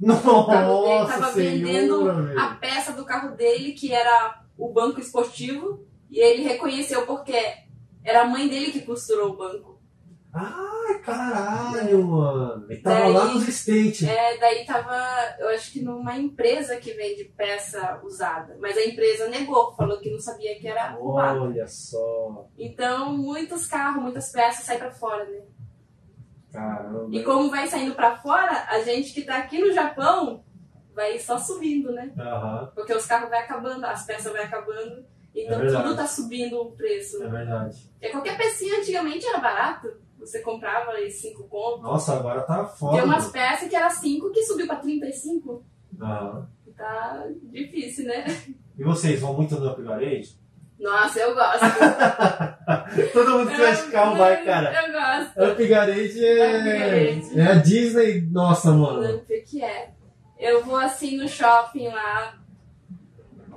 Speaker 1: Nossa,
Speaker 2: tava vendendo
Speaker 1: senhora, velho.
Speaker 2: a peça do carro dele, que era o banco esportivo, e ele reconheceu porque era a mãe dele que costurou o banco.
Speaker 1: Ai, caralho, mano. Ele tava
Speaker 2: Daí-
Speaker 1: lá nos States.
Speaker 2: É, daí tava, eu acho que numa empresa que vende peça usada, mas a empresa negou, falou que não sabia que era roubado.
Speaker 1: Olha só,
Speaker 2: Então, muitos carros, muitas peças saem pra fora, né?
Speaker 1: caramba.
Speaker 2: E como vai saindo pra fora, a gente que tá aqui no Japão vai só subindo, né?
Speaker 1: Aham,
Speaker 2: Porque os carros vai acabando, as peças vai acabando, então
Speaker 1: É verdade.
Speaker 2: tudo tá subindo o preço. né?
Speaker 1: é verdade.
Speaker 2: Porque qualquer pecinha antigamente era barato. Você comprava aí 5 conto.
Speaker 1: Nossa, agora tá foda.
Speaker 2: Tem umas
Speaker 1: mano.
Speaker 2: peças que era 5 que subiu pra 35.
Speaker 1: Aham.
Speaker 2: Tá difícil, né?
Speaker 1: E vocês vão muito no upgrade?
Speaker 2: Nossa, eu gosto.
Speaker 1: Todo mundo que vai de carro vai, cara.
Speaker 2: Eu gosto.
Speaker 1: Upgrade é.
Speaker 2: Upgrade.
Speaker 1: É a Disney, nossa, mano.
Speaker 2: Não, o que é? Eu vou assim no shopping lá,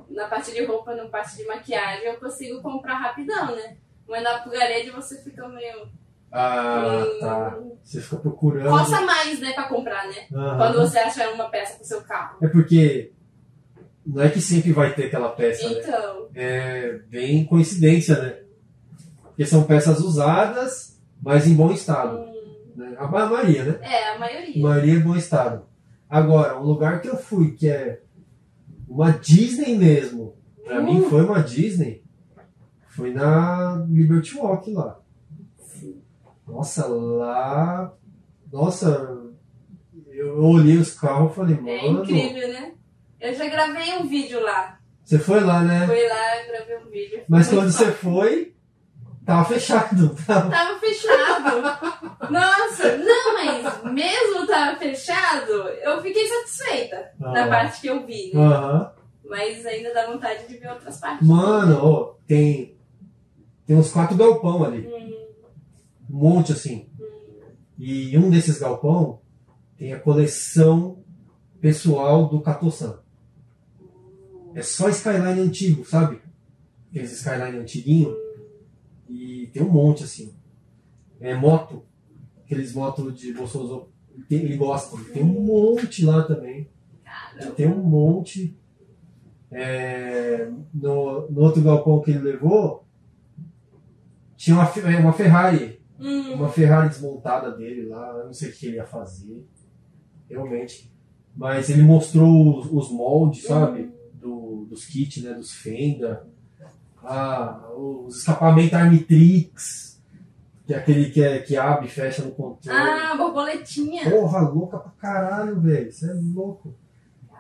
Speaker 2: na parte de roupa, na parte de maquiagem, eu consigo comprar rapidão, né? Mas na Pugarede você fica meio.
Speaker 1: Ah,
Speaker 2: hum,
Speaker 1: tá. Você fica procurando.
Speaker 2: Coça mais, né, pra comprar, né?
Speaker 1: Aham.
Speaker 2: Quando você acha uma peça pro seu carro.
Speaker 1: É porque não é que sempre vai ter aquela peça, né?
Speaker 2: Então,
Speaker 1: É bem coincidência, né? Porque são peças usadas, mas em bom estado.
Speaker 2: hum,
Speaker 1: né? A ma- maioria, né?
Speaker 2: é, a
Speaker 1: A
Speaker 2: maioria.
Speaker 1: maioria em bom estado. Agora, um lugar que eu fui que é uma Disney mesmo. Pra mim
Speaker 2: Hum.
Speaker 1: foi uma Disney. Foi na Liberty Walk lá. Nossa, lá. Nossa, eu olhei os carros e falei,
Speaker 2: É
Speaker 1: mano.
Speaker 2: incrível, né? Eu já gravei um vídeo lá.
Speaker 1: Você foi lá, né?
Speaker 2: Fui lá, gravei um vídeo.
Speaker 1: Mas
Speaker 2: Muito
Speaker 1: quando
Speaker 2: bom.
Speaker 1: você foi, tava fechado. Tava...
Speaker 2: Tava fechado. Nossa, não, mas mesmo tava fechado, eu fiquei satisfeita
Speaker 1: Ah.
Speaker 2: da parte que eu vi, né?
Speaker 1: Aham.
Speaker 2: Mas ainda dá vontade de ver outras partes.
Speaker 1: Mano, ó, tem. Tem uns quatro galpão ali.
Speaker 2: Hum,
Speaker 1: Um monte assim.
Speaker 2: hum.
Speaker 1: E um desses galpão tem a coleção pessoal do Cato-san. É só Skyline antigo, sabe? Aqueles Skyline antiguinho. E tem um monte assim. É moto. Aqueles motos de Bolsonaro. Tem- Ele gosta. Tem um monte lá também.
Speaker 2: Cara,
Speaker 1: Tem um monte. É, no, no outro galpão que ele levou, tinha uma, Fe- uma Ferrari
Speaker 2: Hum,
Speaker 1: uma Ferrari desmontada dele lá, eu não sei o que ele ia fazer, realmente. Mas ele mostrou os, os moldes, sabe? Do, dos kits, né? Dos Fenda, ah, os escapamentos Armitrix, que é aquele que, é, que abre e fecha no controle.
Speaker 2: ah, borboletinha.
Speaker 1: Porra, louca pra caralho, velho, você é louco.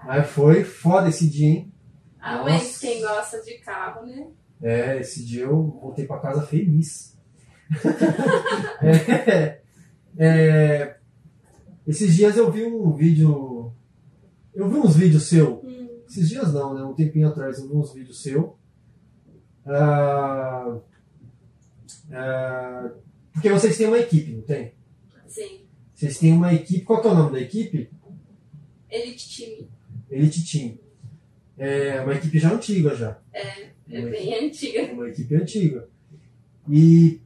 Speaker 1: Mas foi foda esse dia, hein?
Speaker 2: Ah, mas
Speaker 1: Nossa.
Speaker 2: quem gosta de carro, né?
Speaker 1: É, esse dia eu voltei pra casa feliz. É, é, esses dias eu vi um vídeo. Eu vi uns vídeos seu.
Speaker 2: Hum.
Speaker 1: Esses dias não, né? Um tempinho atrás eu vi uns vídeos seu. Ah, ah, porque vocês têm uma equipe, não tem?
Speaker 2: Sim.
Speaker 1: Vocês têm uma equipe. Qual que é o nome da equipe?
Speaker 2: Elite Time.
Speaker 1: Elite Team. É uma equipe já antiga já.
Speaker 2: É bem antiga.
Speaker 1: uma equipe antiga. E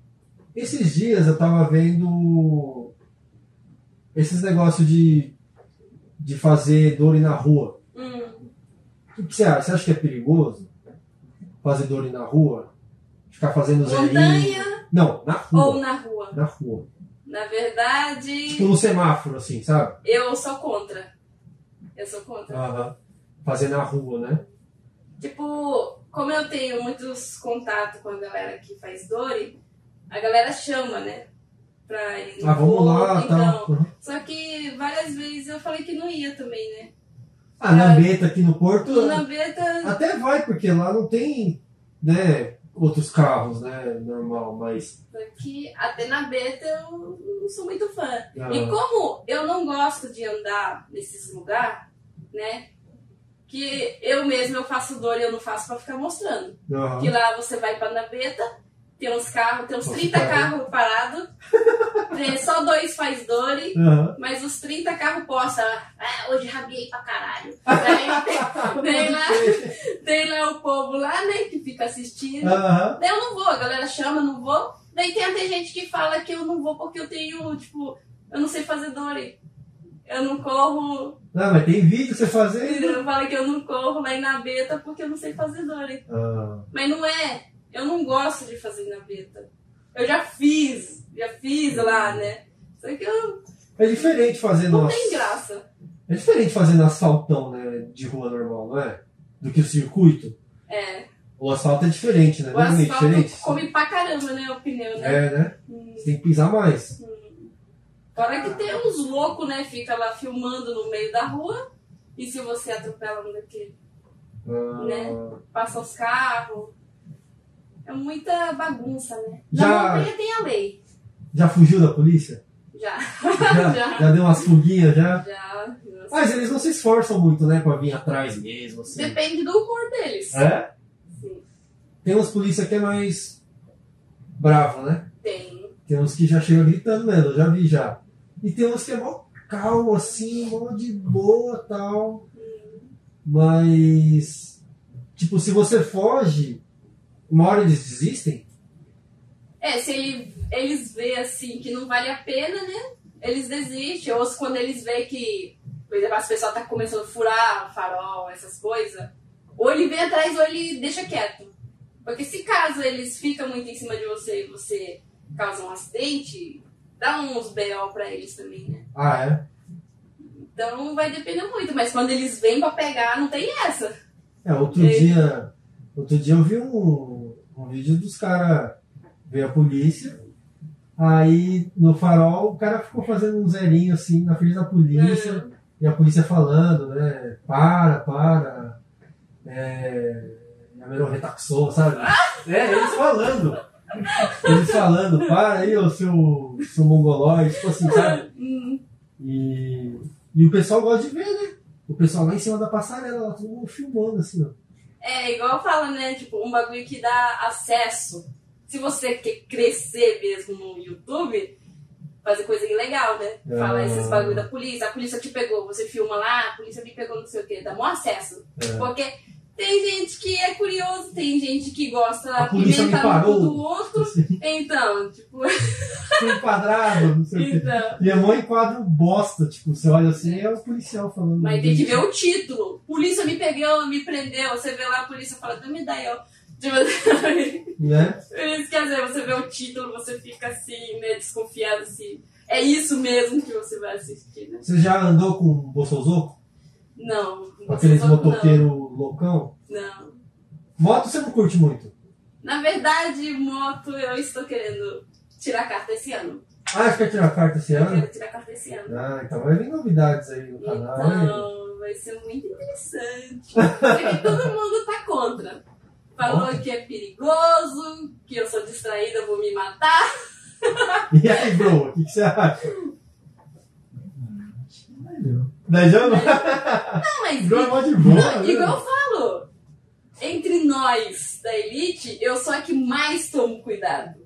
Speaker 1: esses dias eu tava vendo esses negócios de, de fazer dor na rua.
Speaker 2: Hum.
Speaker 1: O que que você acha? Você acha que é perigoso fazer dor na rua? Ficar fazendo zerinho?
Speaker 2: Montanha
Speaker 1: Não, na
Speaker 2: ou
Speaker 1: rua.
Speaker 2: na rua?
Speaker 1: Na rua.
Speaker 2: Na verdade,
Speaker 1: Tipo no semáforo, assim, sabe?
Speaker 2: eu sou contra. Eu sou contra.
Speaker 1: Aham. Fazer na rua, né?
Speaker 2: Tipo, como eu tenho muitos contatos com a galera que faz Dory, a galera chama, né? Pra ir no
Speaker 1: Ah, vamos
Speaker 2: povo,
Speaker 1: lá, tá.
Speaker 2: então.
Speaker 1: Uhum.
Speaker 2: Só que várias vezes eu falei que não ia também, né?
Speaker 1: Ah, Lambeta aqui no Porto.
Speaker 2: O Nambeta.
Speaker 1: Até vai, porque lá não tem, né, outros carros, né, normal, mas...
Speaker 2: Que até na beta eu não sou muito fã.
Speaker 1: ah,
Speaker 2: E como eu não gosto de andar nesses lugares, né? Que eu mesmo eu faço dor e eu não faço pra ficar mostrando.
Speaker 1: ah,
Speaker 2: Que lá você vai pra Naveta, tem uns carros, tem uns
Speaker 1: Nossa,
Speaker 2: 30
Speaker 1: cara.
Speaker 2: carros parados, É, só dois faz dole,
Speaker 1: ah,
Speaker 2: mas os 30 carros posta. Ah, hoje rabiei pra caralho.
Speaker 1: ah,
Speaker 2: Daí, tem, lá, tem lá o povo lá, né, que fica assistindo.
Speaker 1: Aham.
Speaker 2: Daí eu não vou, a galera chama, eu não vou. Daí tem até gente que fala que eu não vou porque eu tenho, tipo, eu não sei fazer dole. Eu não corro,
Speaker 1: Ah, mas tem vídeo você fazendo.
Speaker 2: fala que eu não corro lá em Nabeta porque eu não sei fazer dole.
Speaker 1: Ah,
Speaker 2: Mas não é. Eu não gosto de fazer naveta. Eu já fiz. Já fiz lá, né? Só que eu,
Speaker 1: é diferente fazer
Speaker 2: não
Speaker 1: nossa.
Speaker 2: tem graça.
Speaker 1: É diferente fazer no asfaltão, né, de rua normal, não é? Do que o circuito.
Speaker 2: É.
Speaker 1: O asfalto é diferente, né?
Speaker 2: O
Speaker 1: não é meio
Speaker 2: asfalto
Speaker 1: diferente?
Speaker 2: come pra caramba, né? O pneu, né?
Speaker 1: É, né?
Speaker 2: Hum.
Speaker 1: Você tem que pisar mais.
Speaker 2: Fora que tem uns loucos, né? Fica lá filmando no meio da rua. E se você atropela um daquele,
Speaker 1: Ah,
Speaker 2: Né? passa os carros. É muita bagunça, né?
Speaker 1: Já-
Speaker 2: Na montanha tem a lei.
Speaker 1: Já fugiu da polícia?
Speaker 2: Já.
Speaker 1: Já,
Speaker 2: Já.
Speaker 1: já deu umas fuguinhas já?
Speaker 2: Já. Nossa.
Speaker 1: Mas eles não se esforçam muito, né, pra vir atrás mesmo, assim.
Speaker 2: Depende do humor deles.
Speaker 1: É?
Speaker 2: Sim.
Speaker 1: Tem uns polícia que é mais bravo, né?
Speaker 2: Tem.
Speaker 1: Tem uns que já chegam gritando mesmo, eu já vi já. E tem uns que é mó calmo, assim, mó de boa tal. Mas, tipo, se você foge, uma hora eles desistem.
Speaker 2: É, se ele- eles vê assim que não vale a pena, né? Eles desistem. Ou se quando eles veem que, por exemplo, as pessoas tá começando a furar farol, essas coisas, ou ele vem atrás ou ele deixa quieto. Porque se caso eles ficam muito em cima de você e você causa um acidente, dá uns BO pra eles também, né?
Speaker 1: Ah, é?
Speaker 2: Então vai depender muito, mas quando eles vêm pra pegar, não tem essa.
Speaker 1: É, outro
Speaker 2: Ei.
Speaker 1: dia. Outro dia eu vi um, um vídeo dos caras. Veio a polícia. Aí no farol o cara ficou fazendo um zerinho assim na frente da polícia.
Speaker 2: Uhum.
Speaker 1: E a polícia falando, né? Para, para. É. A melhor retaxou, sabe? É, eles falando. Eles falando, para aí, ô seu, seu mongolóide, tipo assim, sabe?
Speaker 2: Hum,
Speaker 1: E, e o pessoal gosta de ver, né? O pessoal lá em cima da passarela, lá todo mundo filmando, assim, ó.
Speaker 2: É igual fala, né? Tipo, um bagulho que dá acesso. Se você quer crescer mesmo no YouTube, fazer coisa ilegal, né?
Speaker 1: Ah.
Speaker 2: Falar esses bagulho da polícia, a polícia te pegou, você filma lá, a polícia me pegou, não sei o quê, dá bom acesso.
Speaker 1: É.
Speaker 2: Porque tem gente que é curioso, tem gente que gosta
Speaker 1: A polícia me
Speaker 2: no
Speaker 1: parou.
Speaker 2: cu do outro. Então, tipo,
Speaker 1: Tem quadrado, não sei o quê.
Speaker 2: então.
Speaker 1: E é mó enquadro bosta, tipo, você olha assim é o policial falando.
Speaker 2: Mas tem que ver o título. Polícia me pegou, me prendeu. Você vê lá a polícia fala, "Então me dá eu. Tipo, por
Speaker 1: né?
Speaker 2: isso que às vezes você vê o título, você fica assim, meio desconfiado, assim. É isso mesmo que você vai assistir, né?
Speaker 1: Você já andou com o Bolsonaro?
Speaker 2: Não. não
Speaker 1: Aqueles
Speaker 2: sei quanto,
Speaker 1: motoqueiro loucão?
Speaker 2: Não. não.
Speaker 1: Moto você não curte muito.
Speaker 2: Na verdade, moto, eu estou querendo tirar carta esse ano.
Speaker 1: Ah, acho que ia tirar carta esse
Speaker 2: Eu
Speaker 1: ano?
Speaker 2: quero tirar carta esse ano.
Speaker 1: Ah, então vai vir novidades aí no canal. hein?
Speaker 2: Então, vai ser muito interessante. Porque todo mundo tá contra. Falou que é perigoso, que eu sou distraída, eu vou me matar.
Speaker 1: E aí, bro, o que, que você acha?
Speaker 3: Melhor.
Speaker 1: Beijando?
Speaker 2: Não, mas.
Speaker 1: Bro é mó de boa.
Speaker 2: Não,
Speaker 1: né?
Speaker 2: igual eu falo, entre nós da elite, eu sou a que mais tomo cuidado.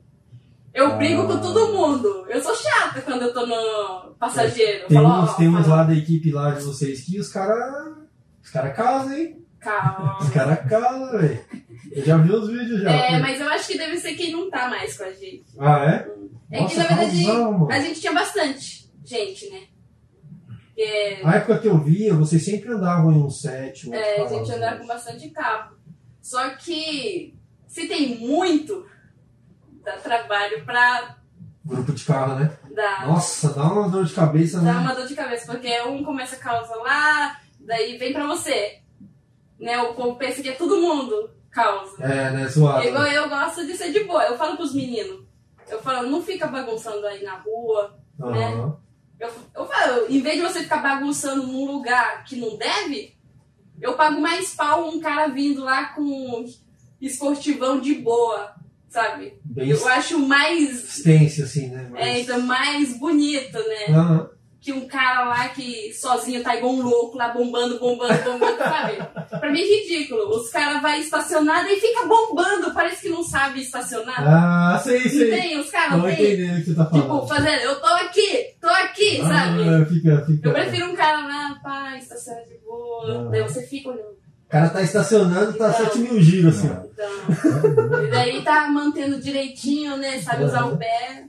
Speaker 2: Eu
Speaker 1: Ah.
Speaker 2: brigo com todo mundo. Eu sou chata quando eu tô no passageiro. Eu
Speaker 1: Tem
Speaker 2: falo, ó,
Speaker 1: uns, tem uns
Speaker 2: fala,
Speaker 1: lá da equipe lá de vocês que os caras. Os caras casam, hein?
Speaker 2: Calma.
Speaker 1: Os caras casam, velho. Eu já vi os vídeos já.
Speaker 2: É, mas eu acho que deve ser quem não tá mais com a gente.
Speaker 1: Ah, é?
Speaker 2: É
Speaker 1: Nossa,
Speaker 2: que, na verdade,
Speaker 1: casão, mano.
Speaker 2: a gente tinha bastante gente, né? É,
Speaker 1: A época que eu via, vocês sempre andavam em um set. um outro
Speaker 2: é, a
Speaker 1: casal,
Speaker 2: gente andava com
Speaker 1: né?
Speaker 2: bastante carro. Só que se tem muito, dá trabalho pra
Speaker 1: Grupo de carro, né?
Speaker 2: dar.
Speaker 1: Nossa, dá uma dor de cabeça,
Speaker 2: Dá
Speaker 1: né?
Speaker 2: uma dor de cabeça, porque um começa a causa lá, daí vem pra você. Né? O povo pensa que é todo mundo causa.
Speaker 1: É, né? Zoado.
Speaker 2: Igual eu gosto de ser de boa. Eu falo pros meninos. Eu falo, não fica bagunçando aí na rua.
Speaker 1: Aham.
Speaker 2: né? Eu, eu falo, em vez de você ficar bagunçando num lugar que não deve, eu pago mais pau um cara vindo lá com um esportivão de boa, sabe?
Speaker 1: Bem
Speaker 2: Eu acho mais.
Speaker 1: extenso, assim, né? Mas...
Speaker 2: É, então, mais bonito, né?
Speaker 1: Aham.
Speaker 2: que um cara lá que sozinho tá igual um louco lá bombando, bombando, bombando, sabe? Pra mim é ridículo. Os caras vai estacionar e fica bombando, parece que não sabe estacionar.
Speaker 1: Ah, sei,
Speaker 2: Não
Speaker 1: sei.
Speaker 2: tem, os caras
Speaker 1: Tô
Speaker 2: não tem.
Speaker 1: entendendo o que você tá falando.
Speaker 2: Tipo, fazendo, eu tô aqui, tô aqui, sabe?
Speaker 1: Ah, fica, fica.
Speaker 2: Eu prefiro um cara lá, pá, estaciona de boa.
Speaker 1: Ah.
Speaker 2: Daí você fica olhando.
Speaker 1: O cara tá estacionando, tá
Speaker 2: Então.
Speaker 1: 7 mil giros, assim. ó.
Speaker 2: Então, e daí tá mantendo direitinho, né? Sabe usar o pé.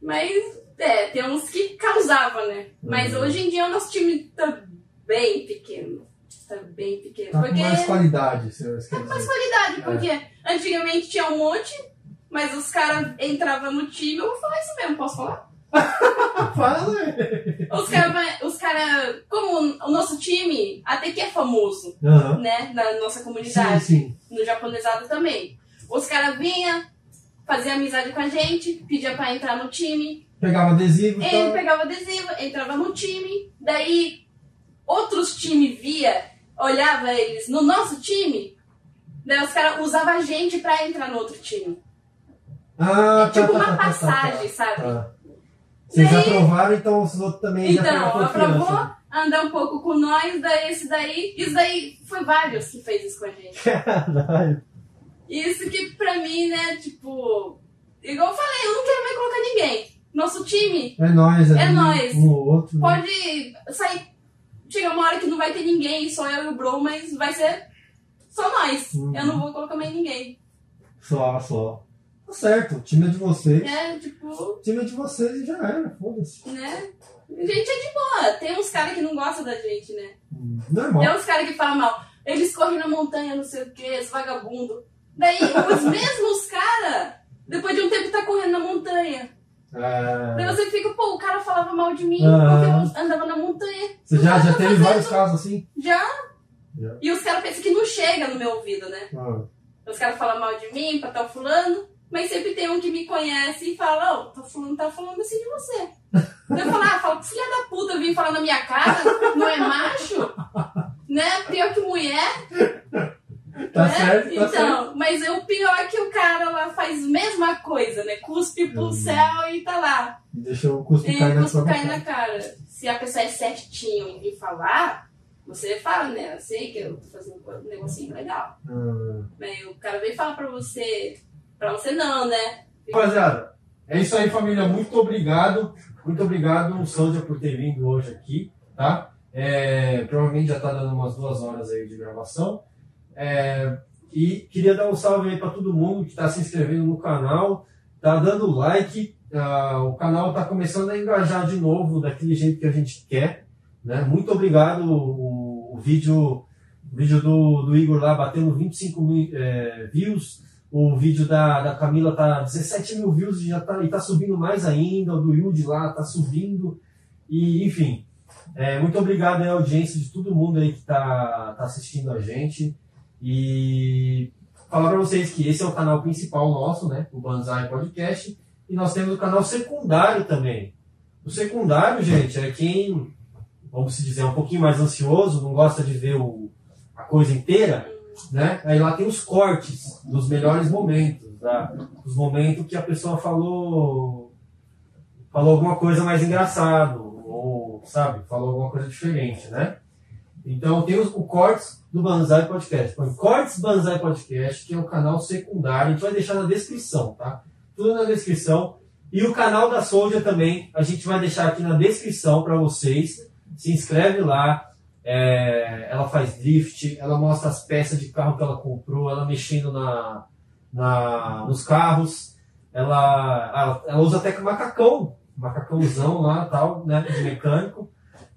Speaker 2: Mas, é, tem uns que causava, né? Mas
Speaker 1: Uhum.
Speaker 2: hoje em dia o nosso time tá bem pequeno. Tá bem pequeno.
Speaker 1: Tá com
Speaker 2: porque tá
Speaker 1: mais É. qualidade, você quer dizer.
Speaker 2: verdade, porque antigamente tinha um monte, mas os caras entravam no time. Eu vou falar isso mesmo, posso falar?
Speaker 1: Fala, é.
Speaker 2: Os caras, os cara, como o nosso time até que é famoso,
Speaker 1: Aham.
Speaker 2: né? Na nossa comunidade
Speaker 1: Sim, sim.
Speaker 2: no japonesado também. Os caras vinham, faziam amizade com a gente, pedia pra entrar no time.
Speaker 1: Pegava adesivo então. e
Speaker 2: Ele
Speaker 1: tal.
Speaker 2: pegava adesivo, entrava no time. Daí, outros times via, olhava eles no nosso time. Daí os caras usavam a gente pra entrar no outro time.
Speaker 1: Ah,
Speaker 2: É tipo
Speaker 1: tá, tá,
Speaker 2: uma
Speaker 1: tá, tá,
Speaker 2: passagem,
Speaker 1: tá,
Speaker 2: sabe?
Speaker 1: tá. Vocês
Speaker 2: Daí-
Speaker 1: aprovaram, então os outros também já
Speaker 2: Então,
Speaker 1: pegaram
Speaker 2: aprovou,
Speaker 1: confiança.
Speaker 2: andar um pouco com nós, daí esse daí. Isso daí foi vários que fez isso com a gente.
Speaker 1: Caralho.
Speaker 2: Isso que pra mim, né, tipo. Igual eu falei, eu não quero mais colocar ninguém. Nosso time
Speaker 1: É nóis,
Speaker 2: É
Speaker 1: ali,
Speaker 2: nóis.
Speaker 1: Um ou outro. né?
Speaker 2: pode sair. Chega uma hora que não vai ter ninguém, só eu e o Bro, mas vai ser só nós.
Speaker 1: Uhum.
Speaker 2: Eu não vou colocar mais ninguém.
Speaker 1: Só, só. Tá certo, o time é de vocês.
Speaker 2: É, tipo,
Speaker 1: O time é de vocês e já era, foda-se.
Speaker 2: né? A gente é de boa. Tem uns caras que não gostam da gente, né?
Speaker 1: Hum, Normal.
Speaker 2: Tem uns caras que falam mal. Eles correm na montanha, não sei o que, esse vagabundo. Daí, os mesmos caras, depois de um tempo, tá correndo na montanha.
Speaker 1: Ah,
Speaker 2: Daí você fica, pô, o cara falava mal de mim,
Speaker 1: Aham.
Speaker 2: porque eu andava na montanha.
Speaker 1: você já,
Speaker 2: Eu
Speaker 1: já
Speaker 2: tô
Speaker 1: teve
Speaker 2: fazendo-
Speaker 1: vários casos assim?
Speaker 2: Já.
Speaker 1: Já.
Speaker 2: E os caras pensam que não chega no meu ouvido, né?
Speaker 1: Ah,
Speaker 2: Os caras falam mal de mim, pra tal fulano, mas sempre tem um que me conhece e fala, ô, tal fulano tá falando assim de você. Daí eu falo, ah, fala, que filha da puta vir falar na minha cara, não é macho? Né? Pior que mulher,
Speaker 1: tá
Speaker 2: né?
Speaker 1: certo, tá
Speaker 2: então,
Speaker 1: certo.
Speaker 2: mas é o pior é que o cara lá faz a mesma coisa, né? Cuspe pro
Speaker 1: Hum.
Speaker 2: céu e tá lá.
Speaker 1: Deixa o custo
Speaker 2: E
Speaker 1: cair na
Speaker 2: você
Speaker 1: sua
Speaker 2: cair
Speaker 1: cara.
Speaker 2: na cara. Se a pessoa é certinho em falar, você fala, né? Eu sei que eu tô fazendo um negocinho legal.
Speaker 1: Ah.
Speaker 2: Mas o cara vem falar pra você. Pra você não, né?
Speaker 1: Rapaziada, é isso aí, família. Muito obrigado. Muito obrigado, Sandra, por ter vindo hoje aqui, tá? É, provavelmente já tá dando umas duas horas aí de gravação. É, e queria dar um salve aí para todo mundo que está se inscrevendo no canal, tá dando like. ah, o canal tá começando a engajar de novo daquele jeito que a gente quer. Né? Muito obrigado. O, o vídeo vídeo do, do Igor lá batendo 25 mil é, views. O vídeo da, da Camila tá 17 mil views e já tá, e tá subindo mais ainda. O do Yudi lá tá subindo. E, enfim, é, muito obrigado aí à audiência de todo mundo aí que tá, tá assistindo a gente. E falar para vocês que esse é o canal principal nosso, né? O Banzai Podcast. E nós temos o canal secundário também. O secundário, gente, é quem, vamos se dizer, é um pouquinho mais ansioso, não gosta de ver o, a coisa inteira, né? Aí lá tem os cortes dos melhores momentos, tá? Os momentos que a pessoa falou falou alguma coisa mais engraçado, ou, sabe, falou alguma coisa diferente, né? Então tem os, o cortes do Banzai Podcast. Põe cortes Banzai Podcast, que é o canal secundário. A gente vai deixar na descrição, tá? Tudo na descrição. E o canal da Soldier também, a gente vai deixar aqui na descrição para vocês. Se inscreve lá. É, ela faz drift, ela mostra as peças de carro que ela comprou, ela mexendo na, na, nos carros. Ela, ela, ela usa até macacão, macacãozão lá tal, né? De mecânico.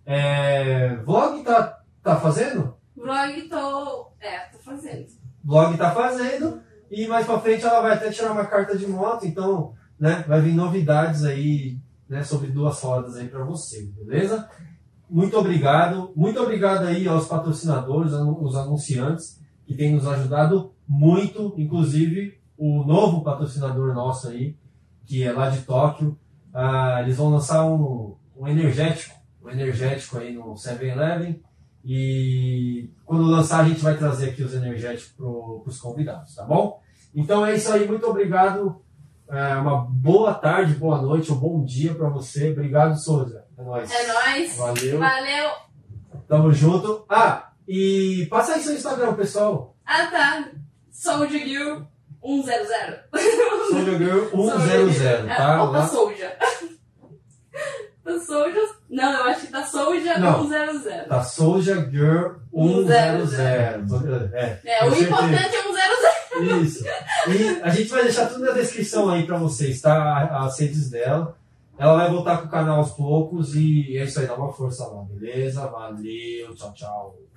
Speaker 1: É, vlog tá, tá fazendo?
Speaker 2: Vlog tô. É, tô fazendo.
Speaker 1: Vlog tá fazendo. E mais pra frente ela vai até tirar uma carta de moto, então, né? Vai vir novidades aí, né? Sobre duas rodas aí pra você, beleza? Muito obrigado. Muito obrigado aí aos patrocinadores, anu- os anunciantes, que têm nos ajudado muito, inclusive o novo patrocinador nosso aí, que é lá de Tóquio. Ah, eles vão lançar um, um energético, um energético aí no 7-Eleven. E quando lançar, a gente vai trazer aqui os energéticos para os convidados, tá bom? Então é isso aí, muito obrigado. É, uma boa tarde, boa noite, um bom dia para você. Obrigado, Souza. É nóis.
Speaker 2: É nóis.
Speaker 1: Valeu.
Speaker 2: Valeu.
Speaker 1: Tamo junto. Ah, e passa aí seu Instagram, pessoal.
Speaker 2: Ah tá. Soldier Girl 100.
Speaker 1: Soldier Girl 100,
Speaker 2: Soldier Girl. É,
Speaker 1: tá?
Speaker 2: ou da
Speaker 1: Lá.
Speaker 2: Soldier. da Soldier. Não, eu acho que da Soldier
Speaker 1: Não.
Speaker 2: 100.
Speaker 1: Tá Soldier Girl 100. É,
Speaker 2: É, o
Speaker 1: com certeza.
Speaker 2: importante é 100.
Speaker 1: Isso. E a gente vai deixar tudo na descrição aí pra vocês, tá? As redes dela. Ela vai voltar com o canal aos poucos e é isso aí, dá uma força lá, beleza? Valeu, tchau, tchau.